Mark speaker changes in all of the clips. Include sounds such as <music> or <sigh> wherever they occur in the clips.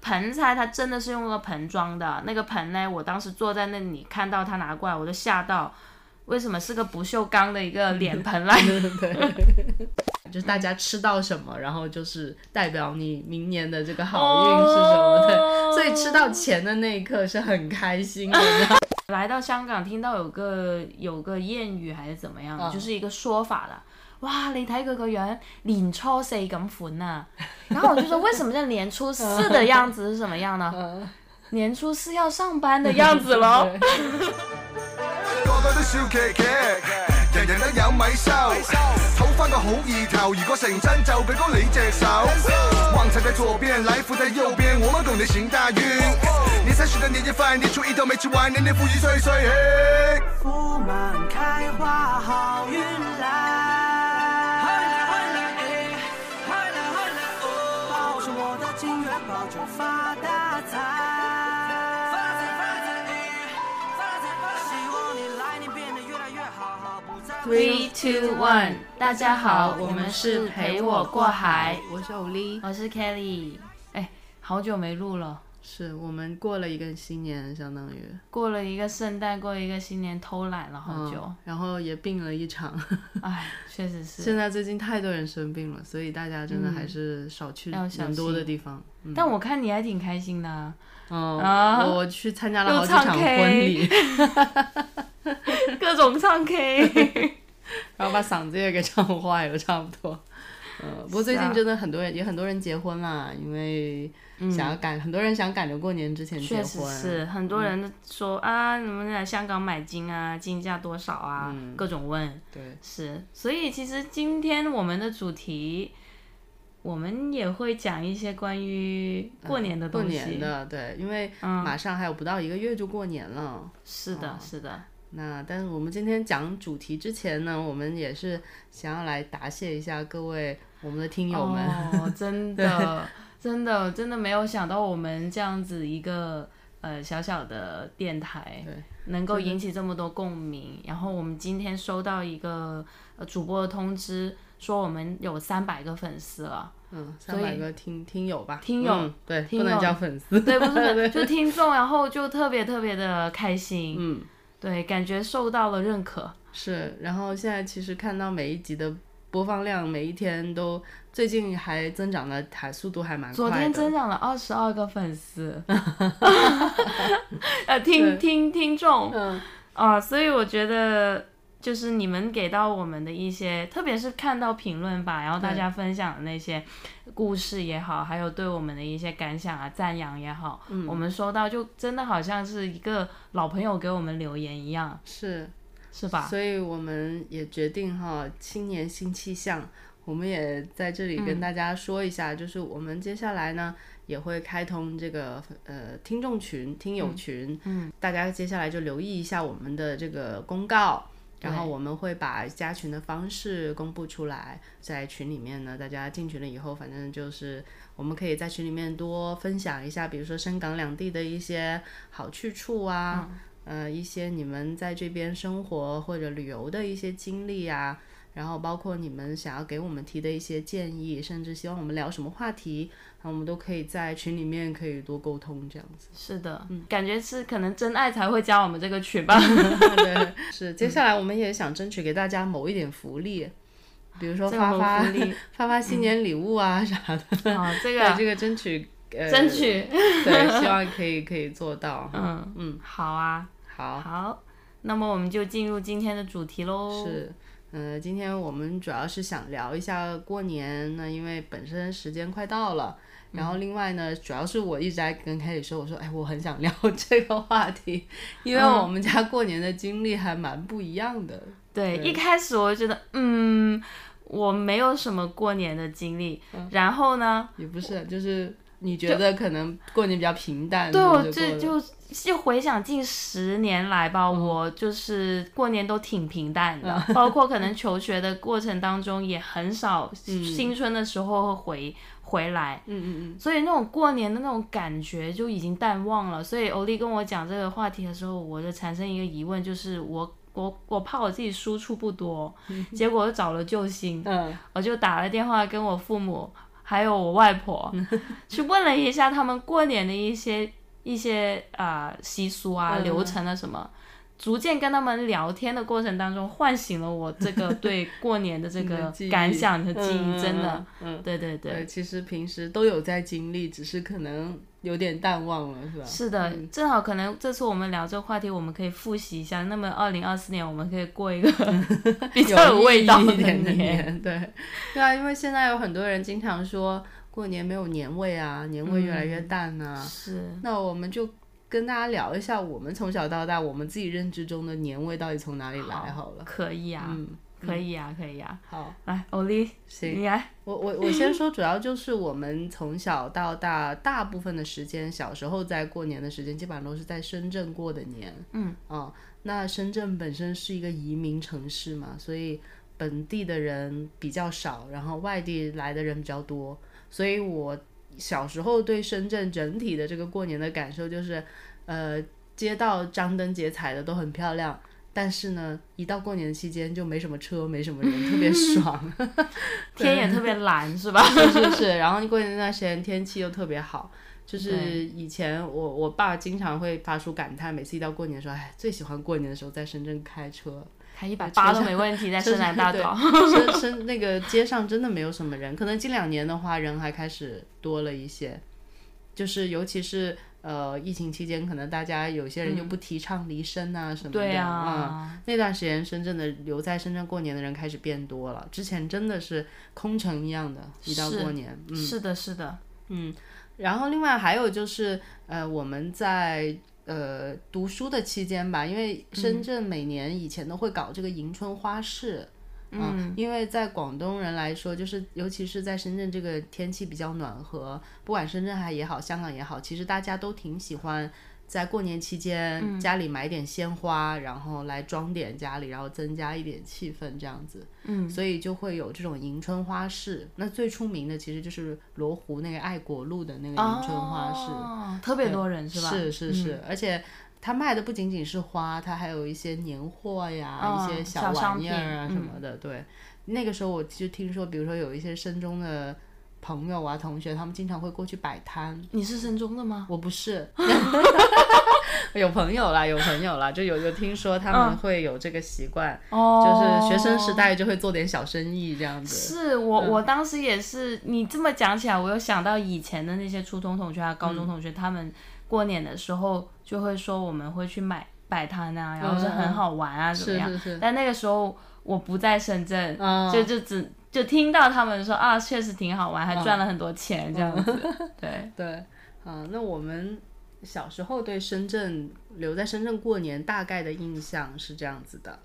Speaker 1: 盆菜它真的是用了盆装的，那个盆呢，我当时坐在那里看到他拿过来，我都吓到，为什么是个不锈钢的一个脸盆来？
Speaker 2: 就是大家吃到什么，然后就是代表你明年的这个好运是什么的。
Speaker 1: 哦
Speaker 2: 所以吃到钱的那一刻是很开心
Speaker 1: <laughs>
Speaker 2: 的，你知道
Speaker 1: 来到香港，听到有个有个谚语還是怎麼樣，
Speaker 2: 嗯
Speaker 1: 就是一個說法啦。哇！你睇佢個樣，年初四咁款啊！然後我就說，為什麼叫年初四的樣子是什麼樣呢？
Speaker 2: 吗？
Speaker 1: 年初四要上班的樣子
Speaker 2: <laughs>
Speaker 1: 咯。
Speaker 3: 個個都笑騎騎，人人都有米收，討翻個好意頭。如果成真就俾高你隻手。旺財在左邊，來福在右邊，我們共你行大運。年三十的年夜飯，年初一都沒吃完，年年富裕歲歲嘿。
Speaker 4: 福滿開花，好運來。嗨啦嗨啦哎，嗨啦嗨啦哦，抱着我的金元宝就发大财。发财发财哎，发财发财，希望你来年变得越来越好，好不再。
Speaker 1: Three two one，大家好，我们是陪我过海，，
Speaker 2: 我是欧丽，
Speaker 1: 我是 Kelly。哎、好久沒錄了，
Speaker 2: 是我们过了一个新年，相当于
Speaker 1: 過了一個聖誕，過了一個新年，偷懶了好久
Speaker 2: 嗯。，然后也病了一场。 <laughs>
Speaker 1: 哎、確實是。
Speaker 2: 现在最近太多人生病了，所以大家真的还是少去
Speaker 1: 嗯要小
Speaker 2: 人多的
Speaker 1: 心
Speaker 2: 地方。嗯，
Speaker 1: 但我看你还挺開心的
Speaker 2: <laughs>
Speaker 1: 啊、
Speaker 2: 嗯
Speaker 1: 啊
Speaker 2: 我我去参加了
Speaker 1: 又
Speaker 2: 好几
Speaker 1: 唱
Speaker 2: 场
Speaker 1: K
Speaker 2: 婚礼，
Speaker 1: 各種唱
Speaker 2: <laughs>
Speaker 1: K。
Speaker 2: 然后把嗓子也给唱坏了，差不多。
Speaker 1: <laughs>
Speaker 2: 呃，不过最
Speaker 1: 是
Speaker 2: 近
Speaker 1: 啊
Speaker 2: 真的很多人，也很多人结婚啦，因为想要赶，很多人想赶着过年之前
Speaker 1: <laughs>
Speaker 2: 结
Speaker 1: 嗯确
Speaker 2: 婚。嗯
Speaker 1: 实是，很多人都说、啊，你们来香港买金啊，金价多少啊，
Speaker 2: 嗯
Speaker 1: 各种问。
Speaker 2: 对，
Speaker 1: 是，所以其实今天我们的主题，我们也会讲一些关于过年的
Speaker 2: 嗯过
Speaker 1: 东西。
Speaker 2: 年的对，因为
Speaker 1: 嗯
Speaker 2: 马上还有不到一个月就过年了。
Speaker 1: 是的，
Speaker 2: 哦
Speaker 1: 是的，
Speaker 2: 那但是我们今天讲主题之前呢，我们也是想要来答谢一下各位我们的听友们。
Speaker 1: 哦，真的，真的，真的没有想到我们这样子一个呃小小的电台
Speaker 2: 对，
Speaker 1: 能够引起这么多共鸣。然后我们今天收到一个呃主播的通知，说我们有三百个粉丝
Speaker 2: <laughs>
Speaker 1: 了。
Speaker 2: <laughs> 嗯，三
Speaker 1: 所以
Speaker 2: 百个听听友吧，
Speaker 1: 听友
Speaker 2: 嗯对，
Speaker 1: 听
Speaker 2: 不能
Speaker 1: 友
Speaker 2: 叫粉丝， <laughs>
Speaker 1: 对，不是粉就听众，然后就特别特别的开心，
Speaker 2: 嗯，
Speaker 1: 对，感觉受到了认可，
Speaker 2: 是。然后现在其实看到每一集的播放量，每一天都最近还增长的还速度还蛮快
Speaker 1: 昨
Speaker 2: 的。
Speaker 1: 天增长了二十二个粉
Speaker 2: <laughs>
Speaker 1: 丝，呃，听
Speaker 2: 对
Speaker 1: 听听众
Speaker 2: 嗯
Speaker 1: 啊，所以我觉得。就是你们给到我们的一些，特别是看到评论吧，然后大
Speaker 2: 对
Speaker 1: 家分享的那些故事也好，还有对我们的一些感想啊、赞扬也好，
Speaker 2: 嗯
Speaker 1: 我们收到就真的好像是一个老朋友给我们留言一样，
Speaker 2: 是，
Speaker 1: 是吧？
Speaker 2: 所以我们也决定哈，新年新气象，我们也在这里
Speaker 1: 嗯
Speaker 2: 跟大家说一下，就是我们接下来呢也会开通这个呃听众群、听友群，嗯，大家接下来就留意一下我们的这个公告。然后
Speaker 1: 对
Speaker 2: 我们会把加群的方式公布出来，在群里面呢，大家进群了以后，反正就是我们可以在群里面多分享一下，比如说深港两地的一些好去处啊，呃一些你们在这边生活或者旅游的一些经历啊，然后包括你们想要给我们提的一些建议，甚至希望我们聊什么话题，啊，我们都可以在群里面可以多沟通这样子。 <laughs>
Speaker 1: 是的，
Speaker 2: 嗯
Speaker 1: 感觉是可能真爱才会加我们这个群
Speaker 2: <laughs>
Speaker 1: 吧。
Speaker 2: 对，是。接下来我们也想争取给大家某一点福利，比如说
Speaker 1: 这个
Speaker 2: 发
Speaker 1: 谋
Speaker 2: 发
Speaker 1: 福利
Speaker 2: <laughs> 发发新年礼物啊、啥的，
Speaker 1: 啊，这
Speaker 2: 对
Speaker 1: 个
Speaker 2: 这个
Speaker 1: <laughs>
Speaker 2: 争取。呃、
Speaker 1: 争取，
Speaker 2: 对，希望可以可以做到。 <laughs>
Speaker 1: 嗯嗯，好啊，
Speaker 2: 好，
Speaker 1: 好，那么我们就进入今天的主题喽。
Speaker 2: 是，呃，今天我们主要是想聊一下过年，那因为本身时间快到了，
Speaker 1: 嗯
Speaker 2: 然后另外呢，主要是我一直在跟凯里说，我说，哎，我很想聊 <laughs> 这个话题，因为
Speaker 1: 嗯
Speaker 2: 我们家过年的经历还蛮不一样的，
Speaker 1: 对，
Speaker 2: 对
Speaker 1: 一开始我就觉得，嗯，我没有什么过年的经历，
Speaker 2: 嗯
Speaker 1: 然后呢，
Speaker 2: 也不是，就是你觉得可能过年比较平淡，
Speaker 1: 对
Speaker 2: 是不
Speaker 1: 我
Speaker 2: 是
Speaker 1: 这
Speaker 2: 过嗯得
Speaker 1: 就就回想近十年来吧，我就是过年都挺平淡的，
Speaker 2: 嗯
Speaker 1: 包括可能求学的过程当中也很少新春的时候会回、回来，
Speaker 2: 嗯嗯
Speaker 1: 所以那种过年的那种感觉就已经淡忘了。所以欧丽跟我讲这个话题的时候，我就产生一个疑问，就是我我我怕我自己
Speaker 2: 嗯
Speaker 1: 输出不多，结果我就找了救星，
Speaker 2: 嗯嗯
Speaker 1: 我就打了电话跟我父母。还有我外
Speaker 2: <laughs>
Speaker 1: 婆，去问了一下他们过年的一些一些啊、呃习俗啊、
Speaker 2: 嗯
Speaker 1: 流程啊什么。逐渐跟他们聊天的过程当中，唤醒了我这个对过年的这
Speaker 2: <laughs> 你的
Speaker 1: 个
Speaker 2: 记忆
Speaker 1: 感想和记
Speaker 2: 嗯
Speaker 1: 忆，真的，，
Speaker 2: 嗯，嗯
Speaker 1: 对对
Speaker 2: 对，
Speaker 1: 对，
Speaker 2: 其实平时都有在经历，只是可能有点淡忘了，是吧？
Speaker 1: 是的，
Speaker 2: 嗯
Speaker 1: 正好可能这次我们聊这个话题，我们可以复习一下。那么，二零二四年我们可以过一个 <laughs> 比较有味道
Speaker 2: 有
Speaker 1: 的
Speaker 2: 意义一点的
Speaker 1: 年。
Speaker 2: <laughs> 年，对，对啊，因为现在有很多人经常说过年没有年味啊，年味越来越淡啊，
Speaker 1: 是，
Speaker 2: 那我们就跟大家聊一下，我们从小到大，我们自己认知中的年味到底从哪里来好了。
Speaker 1: 可以啊，
Speaker 2: 嗯，
Speaker 1: 可以啊，可以啊。
Speaker 2: 好，
Speaker 1: 来，欧丽，
Speaker 2: 行，
Speaker 1: 你来。
Speaker 2: 我我我先说，主要就是我们从小到大，大部分的时间，小时候在过年的时间，基本上都是在深圳过的年。
Speaker 1: 嗯，
Speaker 2: 哦，那深圳本身是一个移民城市嘛，所以本地的人比较少，然后外地来的人比较多，所以我小时候对深圳整体的这个过年的感受就是，呃，街道张灯结彩的都很漂亮。但是呢，一到过年期间就没什么车，没什么人，特别爽。
Speaker 1: 天
Speaker 2: 对
Speaker 1: 也特别蓝，是吧？
Speaker 2: 是是是，然后过年那段时间天气又特别好，就是
Speaker 1: 对
Speaker 2: 以前我我爸经常会发出感叹，每次一到过年的时候，哎，最喜欢过年的时候在深圳开车，
Speaker 1: 开一百八都没问题，在深南大道。
Speaker 2: 深深那个街上真的没有什么人，可能近两年的话人还开始多了一些，就是尤其是呃疫情期间，可能大家有些人就不提倡离身啊什么
Speaker 1: 嗯
Speaker 2: 的，
Speaker 1: 对
Speaker 2: 嗯
Speaker 1: 啊，
Speaker 2: 那段时间，深圳的留在深圳过年的人开始变多了。之前真的是空城一样的，一到
Speaker 1: 是
Speaker 2: 过年，嗯，
Speaker 1: 是的，是的，
Speaker 2: 然后另外还有就是，呃，我们在呃读书的期间吧，因为深圳每年以前都会搞这个迎春花市。嗯，因为在广东人来说，就是尤其是在深圳这个天气比较暖和，不管深圳还也好，香港也好，其实大家都挺喜欢在过年期
Speaker 1: 嗯
Speaker 2: 间家里买点鲜花，然后来装点家里，然后增加一点气氛这样子。
Speaker 1: 嗯，
Speaker 2: 所以就会有这种迎春花市。那最出名的其实就是罗湖那个爱国路的那个迎春花市，
Speaker 1: 哦特别多人是吧？
Speaker 2: 是是是，
Speaker 1: 嗯
Speaker 2: 而且。它卖的不仅仅是花，它还有一些年货呀，
Speaker 1: 哦
Speaker 2: 一些
Speaker 1: 小商
Speaker 2: 玩意
Speaker 1: 品
Speaker 2: 儿啊什
Speaker 1: 嗯
Speaker 2: 么的。对，那个时候我就听说，比如说有一些深中的朋友啊、同学，他们经常会过去摆摊，
Speaker 1: 你是深中的吗？
Speaker 2: 我
Speaker 1: <laughs>
Speaker 2: 不是， <laughs> 有朋友啦，有朋友啦，就有有听说他们
Speaker 1: 嗯
Speaker 2: 会有这个习惯，
Speaker 1: 哦，
Speaker 2: 就是学生时。代就会做点小生意这样子。
Speaker 1: 是我，
Speaker 2: 嗯
Speaker 1: 我当时也是，你这么讲起来，我又想到以前的那些初中同学啊、高中同学，他们过年的时候就会说我们会去买摆摊啊，然后是很好玩啊，怎么
Speaker 2: 是
Speaker 1: 样？
Speaker 2: 嗯是是，
Speaker 1: 但那个时候我不在深圳，
Speaker 2: 啊
Speaker 1: 就就只就听到他们说啊，确实挺好玩，还赚了很多钱、这样子。
Speaker 2: 嗯
Speaker 1: 对，
Speaker 2: 对，啊，那我们小时候对深圳留在深圳过年大概的印象是这样子的。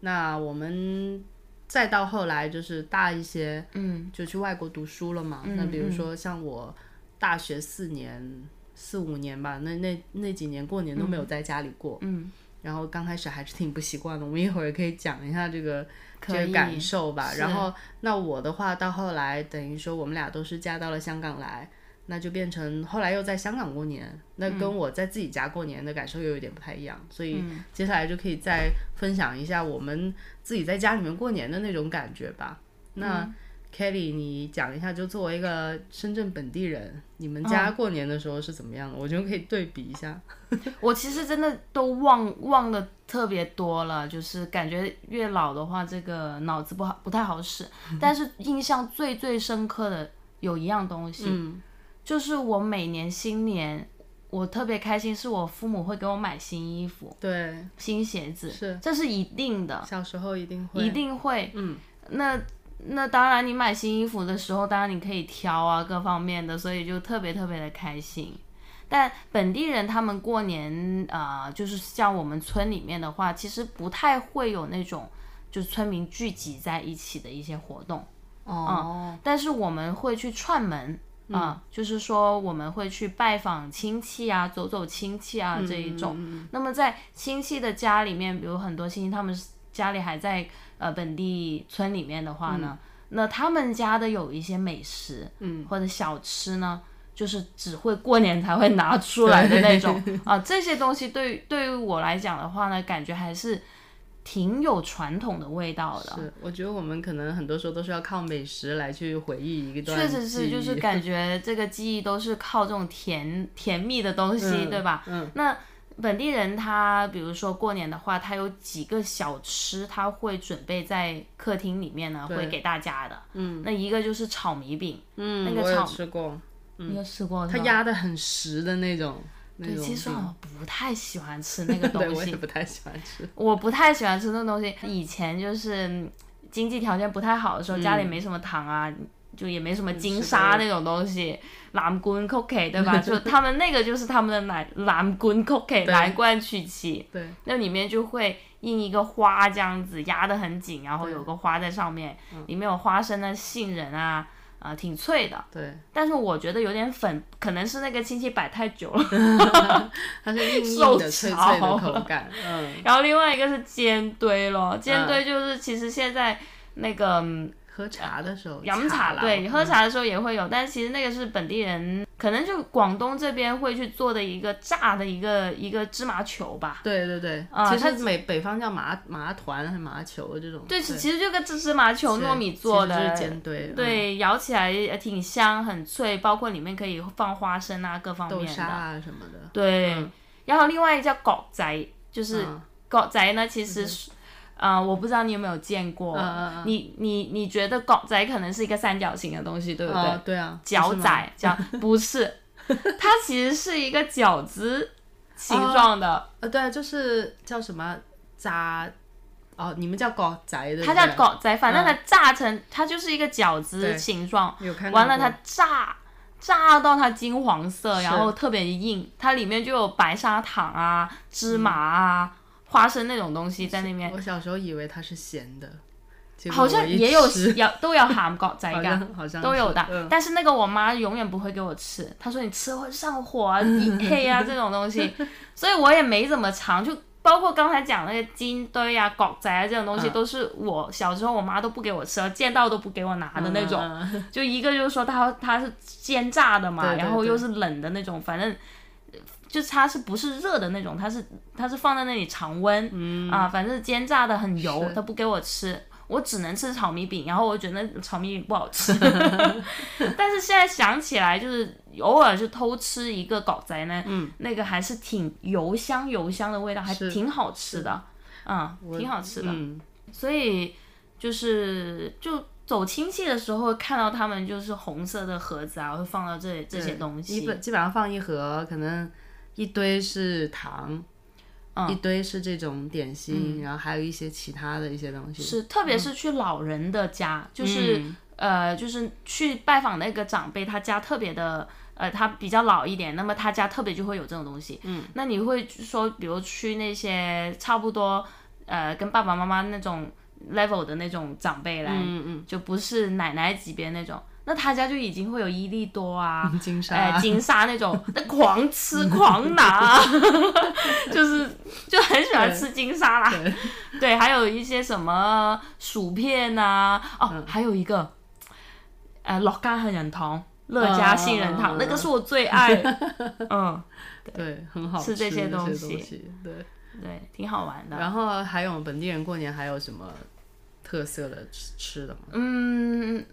Speaker 2: 那我们再到后来就是大一些，
Speaker 1: 嗯，
Speaker 2: 就去外国读书了嘛。
Speaker 1: 嗯
Speaker 2: 那比如说像我大学四年、四五年吧，那那那几年过年都没有在家里过。
Speaker 1: 嗯，
Speaker 2: 然后刚开始还是挺不习惯的，我们一会儿也可以讲一下这个这
Speaker 1: 可以
Speaker 2: 个感受吧。
Speaker 1: 是
Speaker 2: 然后那我的话，到后来等于说我们俩都是嫁到了香港来，那就变成后来又在香港过
Speaker 1: 嗯
Speaker 2: 年，那跟我在自己家过年的感受又有点不太一样，所以
Speaker 1: 嗯
Speaker 2: 接下来就可以再分享一下我们自己在家里面过年的那种感觉吧。
Speaker 1: 嗯
Speaker 2: 那、Kelly，你讲一下，就作为一个深圳本地人，你
Speaker 1: 嗯
Speaker 2: 们家过年的时候是怎么样的？我觉得可以对比一下。
Speaker 1: <laughs> 我其实真的都忘忘的特别多了，就是感觉越老的话，这个脑子不好不太好
Speaker 2: <laughs>
Speaker 1: 使。但是印象最最深刻的有一样东西，
Speaker 2: 嗯
Speaker 1: 就是我每年新年。我特别开心，是我父母会给我买新衣服、
Speaker 2: 对，
Speaker 1: 新鞋子，
Speaker 2: 是
Speaker 1: 这是一定的，
Speaker 2: 小时候一定会，
Speaker 1: 啊一定会。
Speaker 2: 嗯，
Speaker 1: 那那当然，你买新衣服的时候，当然你可以挑啊，各方面的，所以就特别特别的开心。但本地人他们过年啊、呃就是像我们村里面的话，其实不太会有那种就是村民聚集在一起的一些活动。
Speaker 2: 哦，
Speaker 1: 但是我们会去串门啊、就是说我们会去拜访亲戚啊，走走亲戚啊这一种。那么在亲戚的家里面，比如很多亲戚他们是家里还在呃本地村里面的话呢，那他们家的有一些美食，嗯，或者小吃呢。就是只会过年才会拿出来的那种啊，这些东西对于对于我来讲的话呢，感觉还是挺有传统的味道的。
Speaker 2: 是，我觉得我们可能很多时候都是要靠美食来去回忆一段
Speaker 1: 确
Speaker 2: 记忆，
Speaker 1: 实是，就是感觉这个记忆都是靠这种甜甜蜜的东西，
Speaker 2: 嗯
Speaker 1: 对吧？
Speaker 2: 嗯，
Speaker 1: 那本地人他，比如说过年的话，他有几个小吃，他会准备在客厅里面呢，
Speaker 2: 对
Speaker 1: 会给大家的。
Speaker 2: 嗯，
Speaker 1: 那一个就是炒米饼，
Speaker 2: 嗯，
Speaker 1: 那个嗯
Speaker 2: 我有
Speaker 1: 炒
Speaker 2: 吃过，
Speaker 1: 你有吃过？
Speaker 2: 它
Speaker 1: 是吧。
Speaker 2: 嗯压的很实的那种，那
Speaker 1: 对，
Speaker 2: 种
Speaker 1: 其实
Speaker 2: 饼
Speaker 1: 我
Speaker 2: <laughs>
Speaker 1: 不太喜欢吃那个
Speaker 2: 对
Speaker 1: 东
Speaker 2: 我也
Speaker 1: 西，
Speaker 2: 不太喜欢
Speaker 1: <laughs>
Speaker 2: 吃，
Speaker 1: 我不太喜欢吃那种东西。以前就是嗯经济条件不太好的时候，家里没什么糖啊，就也没什么金沙
Speaker 2: 嗯是的
Speaker 1: 那种东西，蓝罐 cookie 对吧？
Speaker 2: <laughs>
Speaker 1: 就他们那个就是他们的蓝蓝罐 cookie
Speaker 2: 对
Speaker 1: 蓝罐曲奇， <laughs>
Speaker 2: 对，
Speaker 1: 那里面就会印一个花这样子压得很紧，然后
Speaker 2: 对嗯
Speaker 1: 有个花在上面，里面有花生啊、杏仁啊，啊、挺脆的。
Speaker 2: 对， <laughs>
Speaker 1: 但是我觉得有点粉，可能是那个亲戚摆太久了。
Speaker 2: 它是硬硬
Speaker 1: 受
Speaker 2: 的、脆
Speaker 1: 潮
Speaker 2: 脆的口
Speaker 1: <laughs>
Speaker 2: 感，嗯，
Speaker 1: 然后另外一个是煎堆咯，煎堆就是其实现在那个嗯
Speaker 2: 喝茶的时候，
Speaker 1: 洋茶，
Speaker 2: 啦
Speaker 1: 对，你喝茶的时候也会有，但其实那个是本地人，可能就广东这边会去做的一个炸的一个一个芝麻球吧。
Speaker 2: 对对对，
Speaker 1: 啊
Speaker 2: 其实
Speaker 1: 它
Speaker 2: 美北方叫麻麻团还是麻球这种，
Speaker 1: 对，其其实就跟芝芝麻球
Speaker 2: 对
Speaker 1: 糯米
Speaker 2: 其实
Speaker 1: 做
Speaker 2: 就
Speaker 1: 的
Speaker 2: 是，煎堆，嗯
Speaker 1: 对，咬起来也挺香，很脆，包括里面可以放花生啊，各方
Speaker 2: 豆
Speaker 1: 面
Speaker 2: 沙
Speaker 1: 的。
Speaker 2: 啊什么的，
Speaker 1: 对，
Speaker 2: 嗯
Speaker 1: 然后另外一个叫角仔，就是
Speaker 2: 嗯
Speaker 1: 角仔呢，其实是，呃，我不知道你有没有见过，
Speaker 2: 嗯嗯嗯
Speaker 1: 你你你觉得角仔可能是一个三角形的东西，对不对？
Speaker 2: 啊对啊，
Speaker 1: 角
Speaker 2: 不是
Speaker 1: 呃
Speaker 2: 吗
Speaker 1: 仔角不是，
Speaker 2: <laughs>
Speaker 1: 它其实是一个饺子形状的，
Speaker 2: 呃，对，就是叫什么炸，哦，你们叫狗仔对不
Speaker 1: 它叫
Speaker 2: 对，
Speaker 1: 角仔，反正
Speaker 2: 嗯
Speaker 1: 它炸成，它就是一个饺子
Speaker 2: 对
Speaker 1: 形状，
Speaker 2: 有看到
Speaker 1: 完了
Speaker 2: 过
Speaker 1: 它炸。炸到它金黄色，
Speaker 2: 是
Speaker 1: 然后特别硬，它里面就有白砂糖啊、芝麻啊、花生那种东西在那边，
Speaker 2: 嗯我小时候以为它是咸的，结果
Speaker 1: 好像
Speaker 2: 我一
Speaker 1: 也有
Speaker 2: 吃 <laughs>
Speaker 1: 要都有韩国仔
Speaker 2: 好
Speaker 1: 干，
Speaker 2: 像好像
Speaker 1: 都
Speaker 2: 是
Speaker 1: 有的，
Speaker 2: 嗯
Speaker 1: 但是那个我妈永远不会给我吃，她说你吃会上火啊、黑啊这种东
Speaker 2: <laughs>
Speaker 1: 西，所以我也没怎么尝，就包括刚才讲那个金堆啊、角仔啊这种东西，
Speaker 2: 嗯
Speaker 1: 都是我小时候我妈都不给我吃，见到都不给我拿的那种。
Speaker 2: 嗯嗯
Speaker 1: 就一个就是说它它是煎炸的嘛，
Speaker 2: 对对
Speaker 1: 然后
Speaker 2: 对
Speaker 1: 又是冷的那种，反正呃就是它是不是热的那种，它是它是放在那里常温、啊，反正煎炸的很油，
Speaker 2: 嗯是
Speaker 1: 它不给我吃。我只能吃炒米饼，然后我觉得那炒米饼不好
Speaker 2: <laughs>
Speaker 1: 吃， <laughs> 但是现在想起来，就是偶尔就偷吃一个搞仔呢，那个还是挺油香油香的味道，还
Speaker 2: 嗯是
Speaker 1: 挺好吃的，嗯，
Speaker 2: 我
Speaker 1: 挺好吃的。
Speaker 2: 嗯
Speaker 1: 所以就是就走亲戚的时候看到他们就是红色的盒子啊，会放到这这些
Speaker 2: 对
Speaker 1: 东
Speaker 2: 基
Speaker 1: 西
Speaker 2: 本。基本上放一盒，可能一堆是糖。
Speaker 1: 嗯
Speaker 2: 一堆是这种点心，然后还有一些其他的一些东西。
Speaker 1: 是，特别是去老人的家，就是、
Speaker 2: 嗯
Speaker 1: 呃，就是去拜访那个长辈，他家特别的，呃，他比较老一点，那么他家特别就会有这种东西。嗯，那你会说，比如去那些差不多，呃，跟爸爸妈妈那种 level 的那种长辈来，
Speaker 2: 嗯嗯，
Speaker 1: 就不是奶奶级别那种，那他家就已经会有伊利多啊、
Speaker 2: 金沙
Speaker 1: 哎，金沙那种， <laughs> 那狂吃狂拿， <laughs> 就是就很喜欢吃金沙啦。
Speaker 2: 对
Speaker 1: 对，还有一些什么薯片呐、哦，还有一个，呃，老干杏仁糖、乐家杏仁糖，
Speaker 2: 啊
Speaker 1: 那个是我最爱。嗯，
Speaker 2: <laughs> 对，很好
Speaker 1: 吃这些
Speaker 2: 些
Speaker 1: 东西
Speaker 2: 西。对，
Speaker 1: 对，挺好玩的。
Speaker 2: 然后还有本地人过年还有什么特色的吃吃的吗？
Speaker 1: 嗯，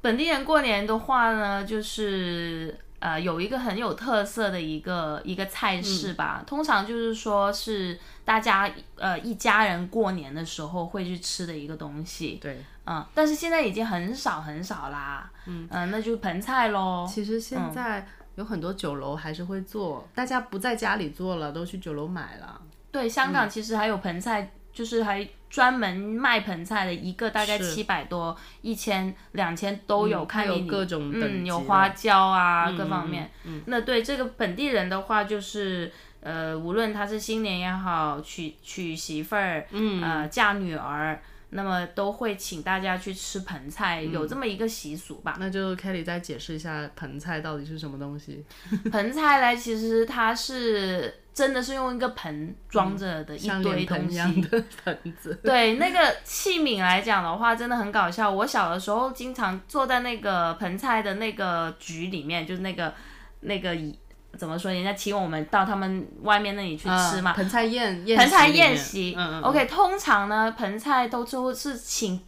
Speaker 1: 本地人过年的话呢，就是呃有一个很有特色的一个一个菜式吧，通常就是说是大家呃一家人过年的时候会去吃的一个东西，
Speaker 2: 对，
Speaker 1: 嗯，但是现在已经很少很少啦，嗯、那就是盆菜喽，
Speaker 2: 其实现在
Speaker 1: 嗯
Speaker 2: 有很多酒楼还是会做，大家不在家里做了，都去酒楼买了。
Speaker 1: 对，香
Speaker 2: 嗯
Speaker 1: 港其实还有盆菜，就是还专门卖盆菜的一个，大概
Speaker 2: 是
Speaker 1: 七百多、一千、两千都有，
Speaker 2: 嗯
Speaker 1: 看
Speaker 2: 它有
Speaker 1: 你
Speaker 2: 各种等
Speaker 1: 嗯，
Speaker 2: 级
Speaker 1: 有
Speaker 2: 的
Speaker 1: 花椒啊，各
Speaker 2: 嗯
Speaker 1: 方
Speaker 2: 嗯
Speaker 1: 面。那对这个本地人的话，就是呃，无论他是新年也好，娶娶媳妇儿，嗯，呃，嫁女儿。那么都会请大家去吃盆菜，有
Speaker 2: 嗯
Speaker 1: 这么一个习俗吧。
Speaker 2: 那就 Kelly 再解释一下盆菜到底是什么东西，
Speaker 1: 盆菜呢，其实它是真的是用一个盆装着的一
Speaker 2: 嗯像
Speaker 1: 堆
Speaker 2: 脸
Speaker 1: 东
Speaker 2: 盆一
Speaker 1: 西，
Speaker 2: 样的盆
Speaker 1: <laughs>
Speaker 2: 子。
Speaker 1: 对那个器皿来讲的话，真的很搞笑。我小的时候经常坐在那个盆菜的那个局里面，就是那个那个椅怎么说，人家请我们到他们外面那里去吃嘛
Speaker 2: 嗯，盆菜宴，宴
Speaker 1: 盆菜
Speaker 2: 席里面
Speaker 1: 宴席。
Speaker 2: 嗯嗯
Speaker 1: OK，通常呢，盆菜都都是请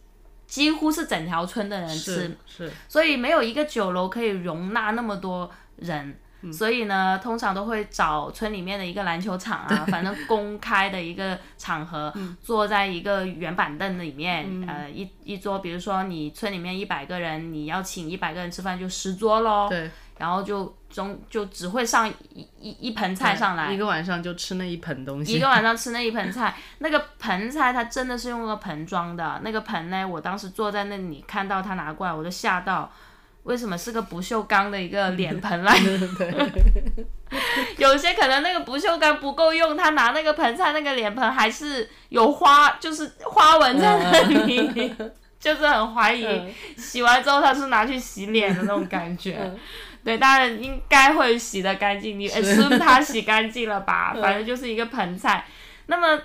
Speaker 1: 几乎是整条村的人吃
Speaker 2: 是，是，
Speaker 1: 所以没有一个酒楼可以容纳那么多人。
Speaker 2: 嗯
Speaker 1: 所以呢，通常都会找村里面的一个篮球场啊，反正公开的一个场合，
Speaker 2: 嗯
Speaker 1: 坐在一个圆板凳里面，呃，一一桌，比如说你村里面一百个人，你要请一百个人吃饭，就十桌喽，
Speaker 2: 对，
Speaker 1: 然后就中就只会上一一一盆菜
Speaker 2: 对
Speaker 1: 上来
Speaker 2: 一，个晚上就吃那一盆东西，
Speaker 1: 一个晚上吃那一盆菜，那个盆菜它真的是用那个盆装的，那个盆呢，我当时坐在那里看到他拿过来，我都吓到，为什么是个不锈钢的一个脸盆
Speaker 2: <laughs>
Speaker 1: 来？ <laughs> 有些可能那个不锈钢不够用，他拿那个盆菜那个脸盆还是有花，就是花纹在那里， <laughs> 就是很怀疑。
Speaker 2: 嗯
Speaker 1: 洗完之后他是拿去洗脸的那种感觉。
Speaker 2: 嗯
Speaker 1: 对，当然应该会洗的干净，你 assume 它洗干净了
Speaker 2: <laughs>
Speaker 1: 吧？反正就是一个盆菜。那么，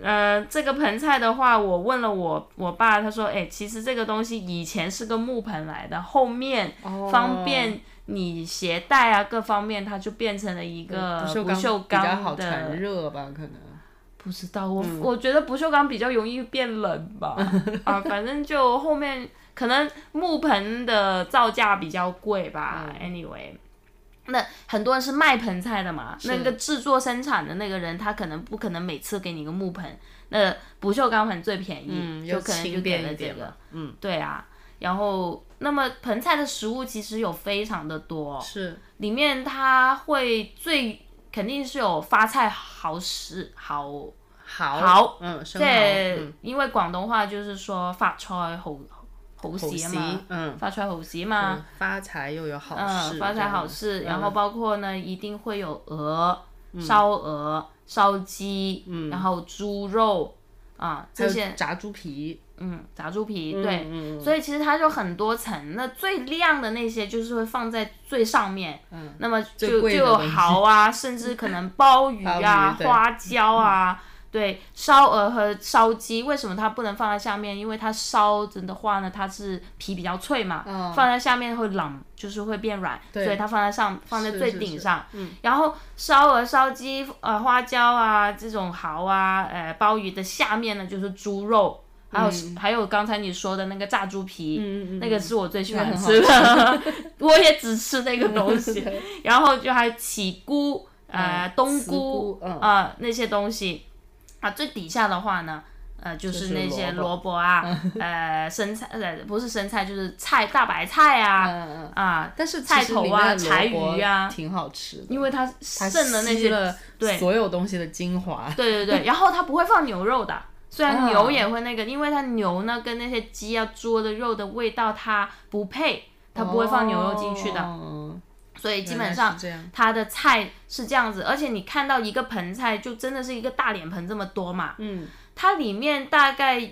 Speaker 1: 呃，这个盆菜的话，我问了我我爸，他说，哎，其实这个东西以前是个木盆来的，后面
Speaker 2: 哦
Speaker 1: 方便你携带啊，各方面它就变成了一
Speaker 2: 对
Speaker 1: 个
Speaker 2: <laughs> 不
Speaker 1: 呃不
Speaker 2: 锈
Speaker 1: 锈
Speaker 2: 钢比较好
Speaker 1: 钢
Speaker 2: 传
Speaker 1: 的。
Speaker 2: 热吧，可能。
Speaker 1: 不知道，我、
Speaker 2: 嗯
Speaker 1: 我觉得不锈钢比较容易变冷
Speaker 2: <laughs>
Speaker 1: 吧。啊，反正就后面可能木盆的造价比较贵吧。anyway，那很多人是卖盆菜的嘛，那个制作生产的那个人，他可能不可能每次给你一个木盆，那不锈钢盆最便宜，
Speaker 2: 嗯
Speaker 1: 就
Speaker 2: 又
Speaker 1: 可能就
Speaker 2: 轻
Speaker 1: 给
Speaker 2: 便
Speaker 1: 了
Speaker 2: 一
Speaker 1: 这
Speaker 2: 点
Speaker 1: 个
Speaker 2: 嘛。嗯，
Speaker 1: 对啊，然后那么盆菜的食物其实有非常的多，
Speaker 2: 是，
Speaker 1: 里面它会最肯定是有发菜好食好。
Speaker 2: 好，
Speaker 1: 好
Speaker 2: 嗯，生
Speaker 1: 即
Speaker 2: 蚝，
Speaker 1: 係
Speaker 2: 嗯，
Speaker 1: 因為廣東話就是說發菜好好
Speaker 2: 好
Speaker 1: 事啊
Speaker 2: 席
Speaker 1: 嘛，
Speaker 2: 嗯，
Speaker 1: 發菜好事嘛
Speaker 2: 嗯，发财又有好事，
Speaker 1: 嗯，發
Speaker 2: 这
Speaker 1: 菜
Speaker 2: 样
Speaker 1: 好
Speaker 2: 子
Speaker 1: 事，
Speaker 2: 嗯
Speaker 1: 然後包括呢一定會有鵝、燒鵝、燒雞，然後豬肉啊
Speaker 2: 嗯还
Speaker 1: 這
Speaker 2: 有
Speaker 1: 些，
Speaker 2: 呃炸猪皮，
Speaker 1: 嗯，炸豬皮，
Speaker 2: 嗯
Speaker 1: 對，
Speaker 2: 嗯
Speaker 1: 所以其實它就很多层，那最亮的那些就是會放在最上面，
Speaker 2: 嗯
Speaker 1: 那么
Speaker 2: 最
Speaker 1: 就就
Speaker 2: 贵的
Speaker 1: 有
Speaker 2: 东西
Speaker 1: 蚝啊，
Speaker 2: <laughs>
Speaker 1: 甚至可能鲍鱼啊、
Speaker 2: 鲍鱼对嗯
Speaker 1: 花椒啊，对，烧鹅和烧鸡，为什么它不能放在下面？因为它烧着的话呢，它是皮比较脆嘛，
Speaker 2: 嗯
Speaker 1: 放在下面会冷，就是会变软，所
Speaker 2: 对
Speaker 1: 以它放在上放在
Speaker 2: 是
Speaker 1: 最
Speaker 2: 是
Speaker 1: 顶
Speaker 2: 是嗯
Speaker 1: 上。然后烧鹅、烧鸡、呃花椒啊这种蚝啊、呃鲍鱼的下面呢就是猪肉。还有、还有刚才你说的那个炸猪皮，
Speaker 2: 嗯嗯嗯嗯
Speaker 1: 那个是我最喜欢
Speaker 2: 那个很
Speaker 1: 吃的， <laughs> 我也只吃那个东
Speaker 2: <laughs>
Speaker 1: 西。然后就还有起菇、呃、
Speaker 2: 嗯
Speaker 1: 冬
Speaker 2: 茨
Speaker 1: 菇
Speaker 2: 菇、
Speaker 1: 啊
Speaker 2: 嗯
Speaker 1: 那些东西啊，最底下的话呢，呃，就
Speaker 2: 就是是
Speaker 1: 那些
Speaker 2: 萝卜
Speaker 1: 萝卜
Speaker 2: <laughs>
Speaker 1: 啊，呃，生菜呃不是生菜就是菜大白菜
Speaker 2: 嗯
Speaker 1: 啊、
Speaker 2: 嗯嗯，
Speaker 1: 啊，
Speaker 2: 但是其
Speaker 1: 菜
Speaker 2: 实
Speaker 1: 头
Speaker 2: 里
Speaker 1: 啊
Speaker 2: 面的
Speaker 1: 柴
Speaker 2: 萝卜
Speaker 1: 鱼啊
Speaker 2: 挺好吃的，
Speaker 1: 因为它
Speaker 2: 它
Speaker 1: 剩的那
Speaker 2: 吸
Speaker 1: 些
Speaker 2: 了
Speaker 1: 对
Speaker 2: 所有东西的精华，
Speaker 1: 对对
Speaker 2: <laughs>
Speaker 1: 对，然后它不会放牛肉的，虽然牛
Speaker 2: 啊
Speaker 1: 也会那个，因为它牛呢跟那些鸡啊、猪的肉的味道它不配，它不会放牛肉进去的，
Speaker 2: 哦
Speaker 1: 所以基
Speaker 2: 原来
Speaker 1: 本
Speaker 2: 是
Speaker 1: 上
Speaker 2: 这样
Speaker 1: 它的菜是这样子，而且你看到一个盆菜就真的是一个大脸盆这么多嘛，
Speaker 2: 嗯，
Speaker 1: 它里面大概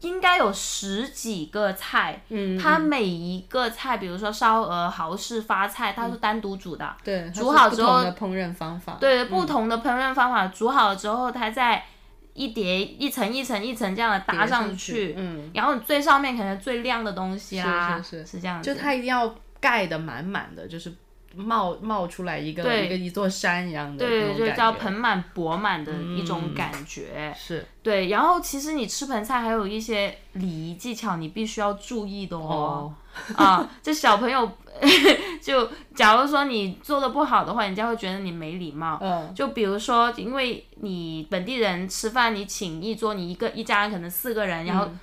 Speaker 1: 应该有十几个菜。
Speaker 2: 嗯，
Speaker 1: 它每一个菜，比如说烧鹅、蚝氏、发菜，它是
Speaker 2: 嗯
Speaker 1: 单独煮的。
Speaker 2: 对，它
Speaker 1: 煮
Speaker 2: 是
Speaker 1: 好
Speaker 2: 不
Speaker 1: 之
Speaker 2: 同
Speaker 1: 后
Speaker 2: 的烹饪方法，
Speaker 1: 对，不同的烹饪方法煮好了之后，它再一叠一层一层一层这样的搭
Speaker 2: 叠
Speaker 1: 上
Speaker 2: 上
Speaker 1: 去，
Speaker 2: 去嗯
Speaker 1: 然后你最上面可能最亮的东西啦，
Speaker 2: 是是是
Speaker 1: 这样子，
Speaker 2: 就它一定要盖的满满的，就是冒冒出来一个
Speaker 1: 对
Speaker 2: 一个一座山一样的那
Speaker 1: 对，
Speaker 2: 种
Speaker 1: 就
Speaker 2: 感
Speaker 1: 叫
Speaker 2: 觉嗯
Speaker 1: 盆满钵满的一种感觉。
Speaker 2: 是
Speaker 1: 对，然后其实你吃盆菜还有一些礼仪技巧，你必须要注意的哦。啊，这小朋友 <laughs> 就假如说你做的不好的话，人家会觉得你没礼貌。
Speaker 2: 嗯
Speaker 1: 就比如说，因为你本地人吃饭，你请一桌，你一个一家人可能四个人，然后、
Speaker 2: 嗯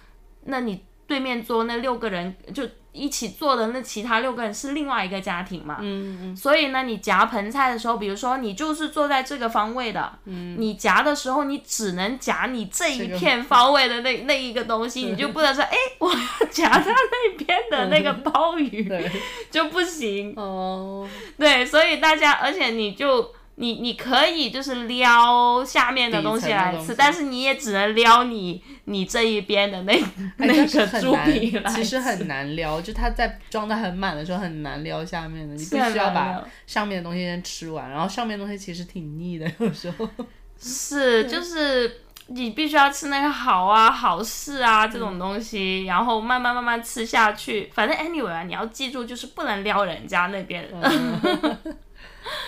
Speaker 1: 那你对面桌那六个人就一起坐的那其他六个人是另外一个家庭嘛，
Speaker 2: 嗯嗯
Speaker 1: 所以呢，你夹盆菜的时候，比如说你就是坐在这个方位的，
Speaker 2: 嗯
Speaker 1: 你夹的时候你只能夹你这一
Speaker 2: 这个
Speaker 1: 片方位的那 <laughs> 那一个东西，你就不能说哎，我要夹他那边的那个鲍鱼
Speaker 2: 嗯对
Speaker 1: <laughs> 就不行，
Speaker 2: 哦
Speaker 1: 对，所以大家，而且你就你你可以就是撩下面的
Speaker 2: 底
Speaker 1: 东西
Speaker 2: 层的
Speaker 1: 来
Speaker 2: 东
Speaker 1: 吃，
Speaker 2: 西
Speaker 1: 但是你也只能撩你你这一边的那、
Speaker 2: 哎
Speaker 1: <laughs> 那
Speaker 2: 但是
Speaker 1: 个
Speaker 2: 很
Speaker 1: 猪
Speaker 2: 难
Speaker 1: 皮来吃。
Speaker 2: 其实很难撩，就它在装的很满的时候很难撩下面的，你必
Speaker 1: 很
Speaker 2: 须要
Speaker 1: 难
Speaker 2: 把
Speaker 1: 撩
Speaker 2: 上面的东西先吃完，然后上面的东西其实挺腻的，有时候。
Speaker 1: 是就是。你必须要吃那个蚝啊、蚝式啊这
Speaker 2: 嗯
Speaker 1: 种东西，然后慢慢慢慢吃下去。反正 anyway 啊，你要记住，就是不能撩人家那边。
Speaker 2: 嗯 <laughs>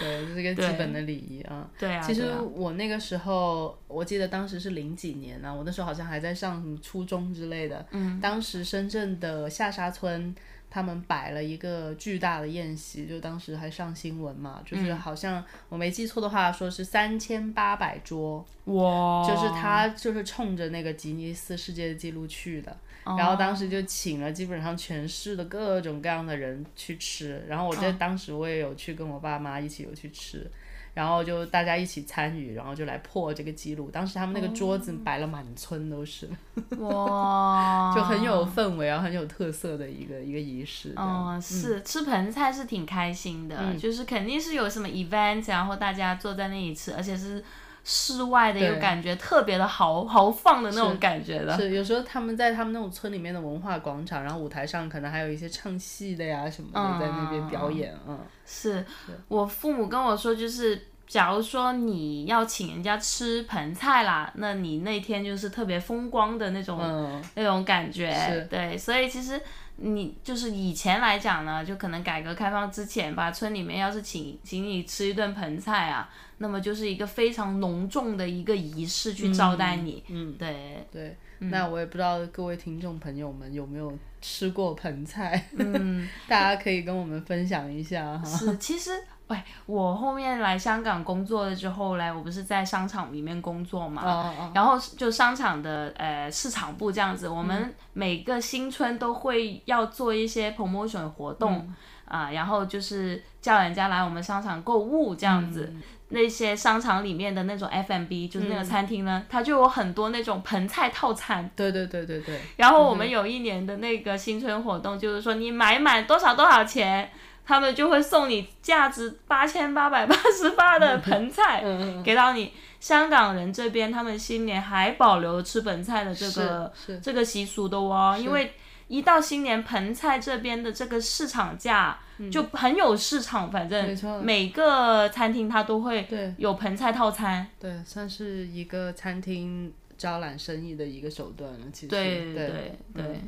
Speaker 2: 对，这是个基
Speaker 1: 对
Speaker 2: 本的礼仪啊。
Speaker 1: 对啊，
Speaker 2: 其实
Speaker 1: 对啊
Speaker 2: 我那个时候，我记得当时是零几年啊，我那时候好像还在上什么初中之类的。嗯，当时深圳的下沙村，他们摆了一个巨大的宴席，就当时还上新闻嘛，就是
Speaker 1: 嗯
Speaker 2: 好像、我没记错的话，说是三千八百桌，
Speaker 1: 哇，
Speaker 2: 就是他就是冲着那个吉尼斯世界纪录去的。
Speaker 1: 哦
Speaker 2: 然后当时就请了基本上全市的各种各样的人去吃，然后我
Speaker 1: 哦
Speaker 2: 在当时我也有去跟我爸妈一起有去吃，然后就大家一起参与，然后就来破这个记录。当时他们那个桌子
Speaker 1: 哦
Speaker 2: 摆了满村都是，
Speaker 1: 哇，
Speaker 2: 就很
Speaker 1: 哦
Speaker 2: 有氛围啊，很有特色的一个一个仪式。这样
Speaker 1: 嗯，是吃盆菜是挺开心的，
Speaker 2: 嗯
Speaker 1: 就是肯定是有什么 event，然后大家坐在那里吃，而且是室外的，
Speaker 2: 对
Speaker 1: 有感觉特别的豪豪放的那种感觉的。
Speaker 2: 是有时候他们在他们那种村里面的文化广场，然后舞台上可能还有一些唱戏的呀什么的在那边
Speaker 1: 哦
Speaker 2: 表演，嗯，
Speaker 1: 是我父母跟我说，就是假如说你要请人家吃盆菜啦，那你那天就是特别风光的那种、
Speaker 2: 嗯
Speaker 1: 那种感觉
Speaker 2: 是。
Speaker 1: 对，所以其实你就是以前来讲呢，就可能改革开放之前吧，村里面要是请请你吃一顿盆菜啊，那么就是一个非常隆重的一个仪式去招待你。
Speaker 2: 嗯
Speaker 1: 对，
Speaker 2: 对，那我也不知道各位听众朋友们有没有吃过盆菜，嗯 <laughs> 大家可以跟我们分享一下 <laughs> 哈。
Speaker 1: 是，其实，喂，我后面来香港工作了之后嘞，我不是在商场里面工作嘛，
Speaker 2: 哦哦
Speaker 1: 然后就商场的呃市场部这样子，我们每个新春都会要做一些 promotion 活动啊、然后就是叫人家来我们商场购物这样子。那些商场里面的那种 F&B，就是那个餐厅呢，它就有很多那种盆菜套餐。
Speaker 2: 对对对对对，
Speaker 1: 然后我们有一年的那个新春活动，就是说你买满多少多少钱，他们就会送你价值八千八百八十八的盆
Speaker 2: <laughs>
Speaker 1: 菜
Speaker 2: 嗯
Speaker 1: 给到你。香港人这边他们新年还保留吃盆菜的这个
Speaker 2: 是是
Speaker 1: 这个习俗的哦，因为一到新年，盆菜这边的这个市场价。就很有市场，反
Speaker 2: 嗯没
Speaker 1: 正
Speaker 2: 错
Speaker 1: 每个餐厅它都会
Speaker 2: 对
Speaker 1: 有盆菜套餐，
Speaker 2: 对，算是一个餐厅招揽生意的一个手段了。其实，
Speaker 1: 对
Speaker 2: 对
Speaker 1: 对
Speaker 2: 嗯
Speaker 1: 对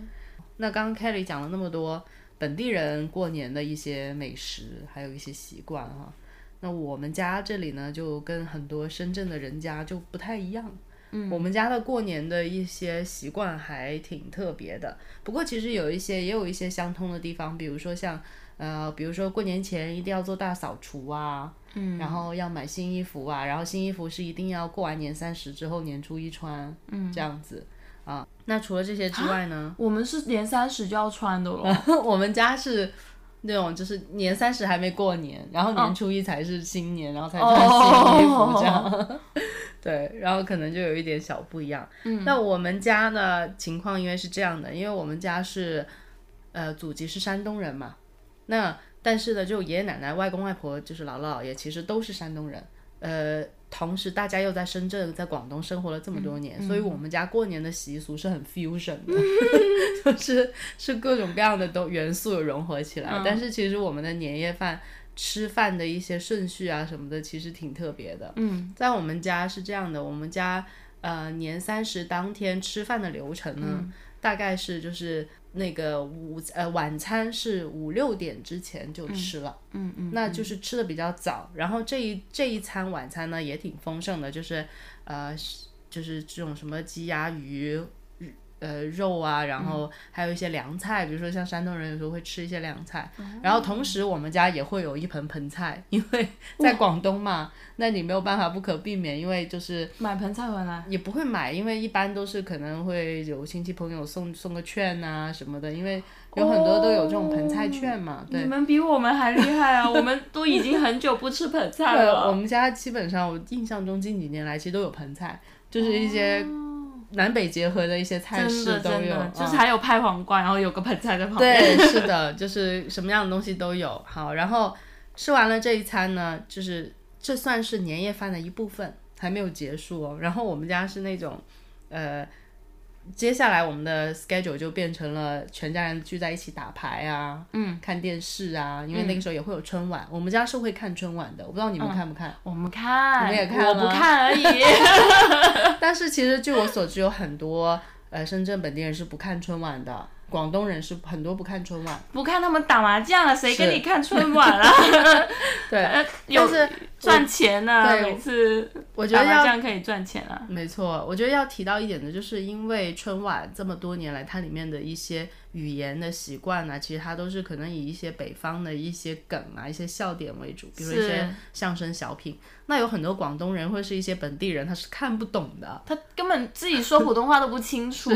Speaker 2: 那刚刚 Kelly 讲了那么多本地人过年的一些美食，还有一些习惯哈。那我们家这里呢，就跟很多深圳的人家就不太一样。嗯，我们家的过年的一些习惯还挺特别的，不过其实有一些也有一些相通的地方，比如说像呃，比如说过年前一定要做大扫除啊，嗯，然后要买新衣服啊，然后新衣服是一定要过完年三十之后年初一穿，嗯，这啊样子啊。那除了这些之外呢，
Speaker 1: 我们是年三十就要穿的咯。
Speaker 2: <laughs> 我们家是那种就是年三十还没过年，然后年初一才是新年，然后才穿新衣服这样。 <laughs> 对，然后可能就有一点小不一样。嗯，那我们家的情况因为是这样的，因为我们家是呃祖籍是山东人嘛，那但是呢，就爷爷奶奶、外公外婆就是姥姥姥爷，其实都是山东人。呃，同时大家又在深圳、在广东生活了这么多年，所以我们家过年的习俗是很 fusion 的。就是是各种各样的都元素融合起来，但是其实我们的年夜饭吃饭的一些顺序啊什么的，其实挺特别的。嗯，在我们家是这样的，我们家呃年三十当天吃饭的流程呢，大概是就是那个午呃晚餐是五六点之前就吃了，嗯嗯，那就是吃的比较早，然后这一这一餐晚餐呢也挺丰盛的，就是呃是就是这种什么鸡鸭鱼。呃肉啊，然后还有一些凉菜，比如说像山东人有时候会吃一些凉菜，然后同时我们家也会有一盆盆菜，因为在广东嘛，那你没有办法不可避免，因为就是。
Speaker 1: 买盆菜回来。
Speaker 2: 也不会买，因为一般都是可能会有亲戚朋友送送个券啊什么的，因为有很多都有这种盆菜券嘛。对
Speaker 1: 你，们比我们还厉害
Speaker 2: <laughs>
Speaker 1: 啊！我们都已经很久不吃盆菜
Speaker 2: 对，
Speaker 1: 了。
Speaker 2: 我们家基本上我印象中近几年来其实都有盆菜，就是一些南北结合的一些菜
Speaker 1: 哦真
Speaker 2: 式
Speaker 1: 的
Speaker 2: 都
Speaker 1: 真
Speaker 2: 有
Speaker 1: 的，，
Speaker 2: 嗯
Speaker 1: 就是还有拍黄瓜，然后有个盆菜在旁边。 <laughs>
Speaker 2: 对，是的，就是什么样的东西都有。好，然后吃完了这一餐呢，就是这算是年夜饭的一部分，还没有结束哦。然后我们家是那种，呃，接下来我们的 schedule 就变成了全家人聚在一起打牌啊，嗯，看电视啊，
Speaker 1: 嗯
Speaker 2: 因为那个时候也会有春晚，我们家是会看春晚的，我不知道你们看不看。
Speaker 1: 我们看，
Speaker 2: 你们也看
Speaker 1: 我不
Speaker 2: 吗
Speaker 1: 看而已。
Speaker 2: <laughs> 但是其实据我所知，有很多呃深圳本地人是不看春晚的，广东人是很多不看春晚，
Speaker 1: 不看他们打麻将了，谁跟
Speaker 2: 是
Speaker 1: 你看春晚啊？
Speaker 2: 对，
Speaker 1: 呃 <laughs> 有
Speaker 2: 但是
Speaker 1: 赚钱呢、
Speaker 2: 对
Speaker 1: 每次
Speaker 2: 我觉
Speaker 1: 打
Speaker 2: 得
Speaker 1: 麻
Speaker 2: 要
Speaker 1: 将可以赚钱啊。
Speaker 2: 没错，我觉得要提到一点的，就是因为春晚这么多年来，它里面的一些语言的习惯呢、其实它都是可能以一些北方的一些梗啊、一些笑点为主，比如一些
Speaker 1: 是
Speaker 2: 相声小品。那有很多广东人或是一些本地人，他是看不懂的，
Speaker 1: 他根本自己说普通话都不清楚，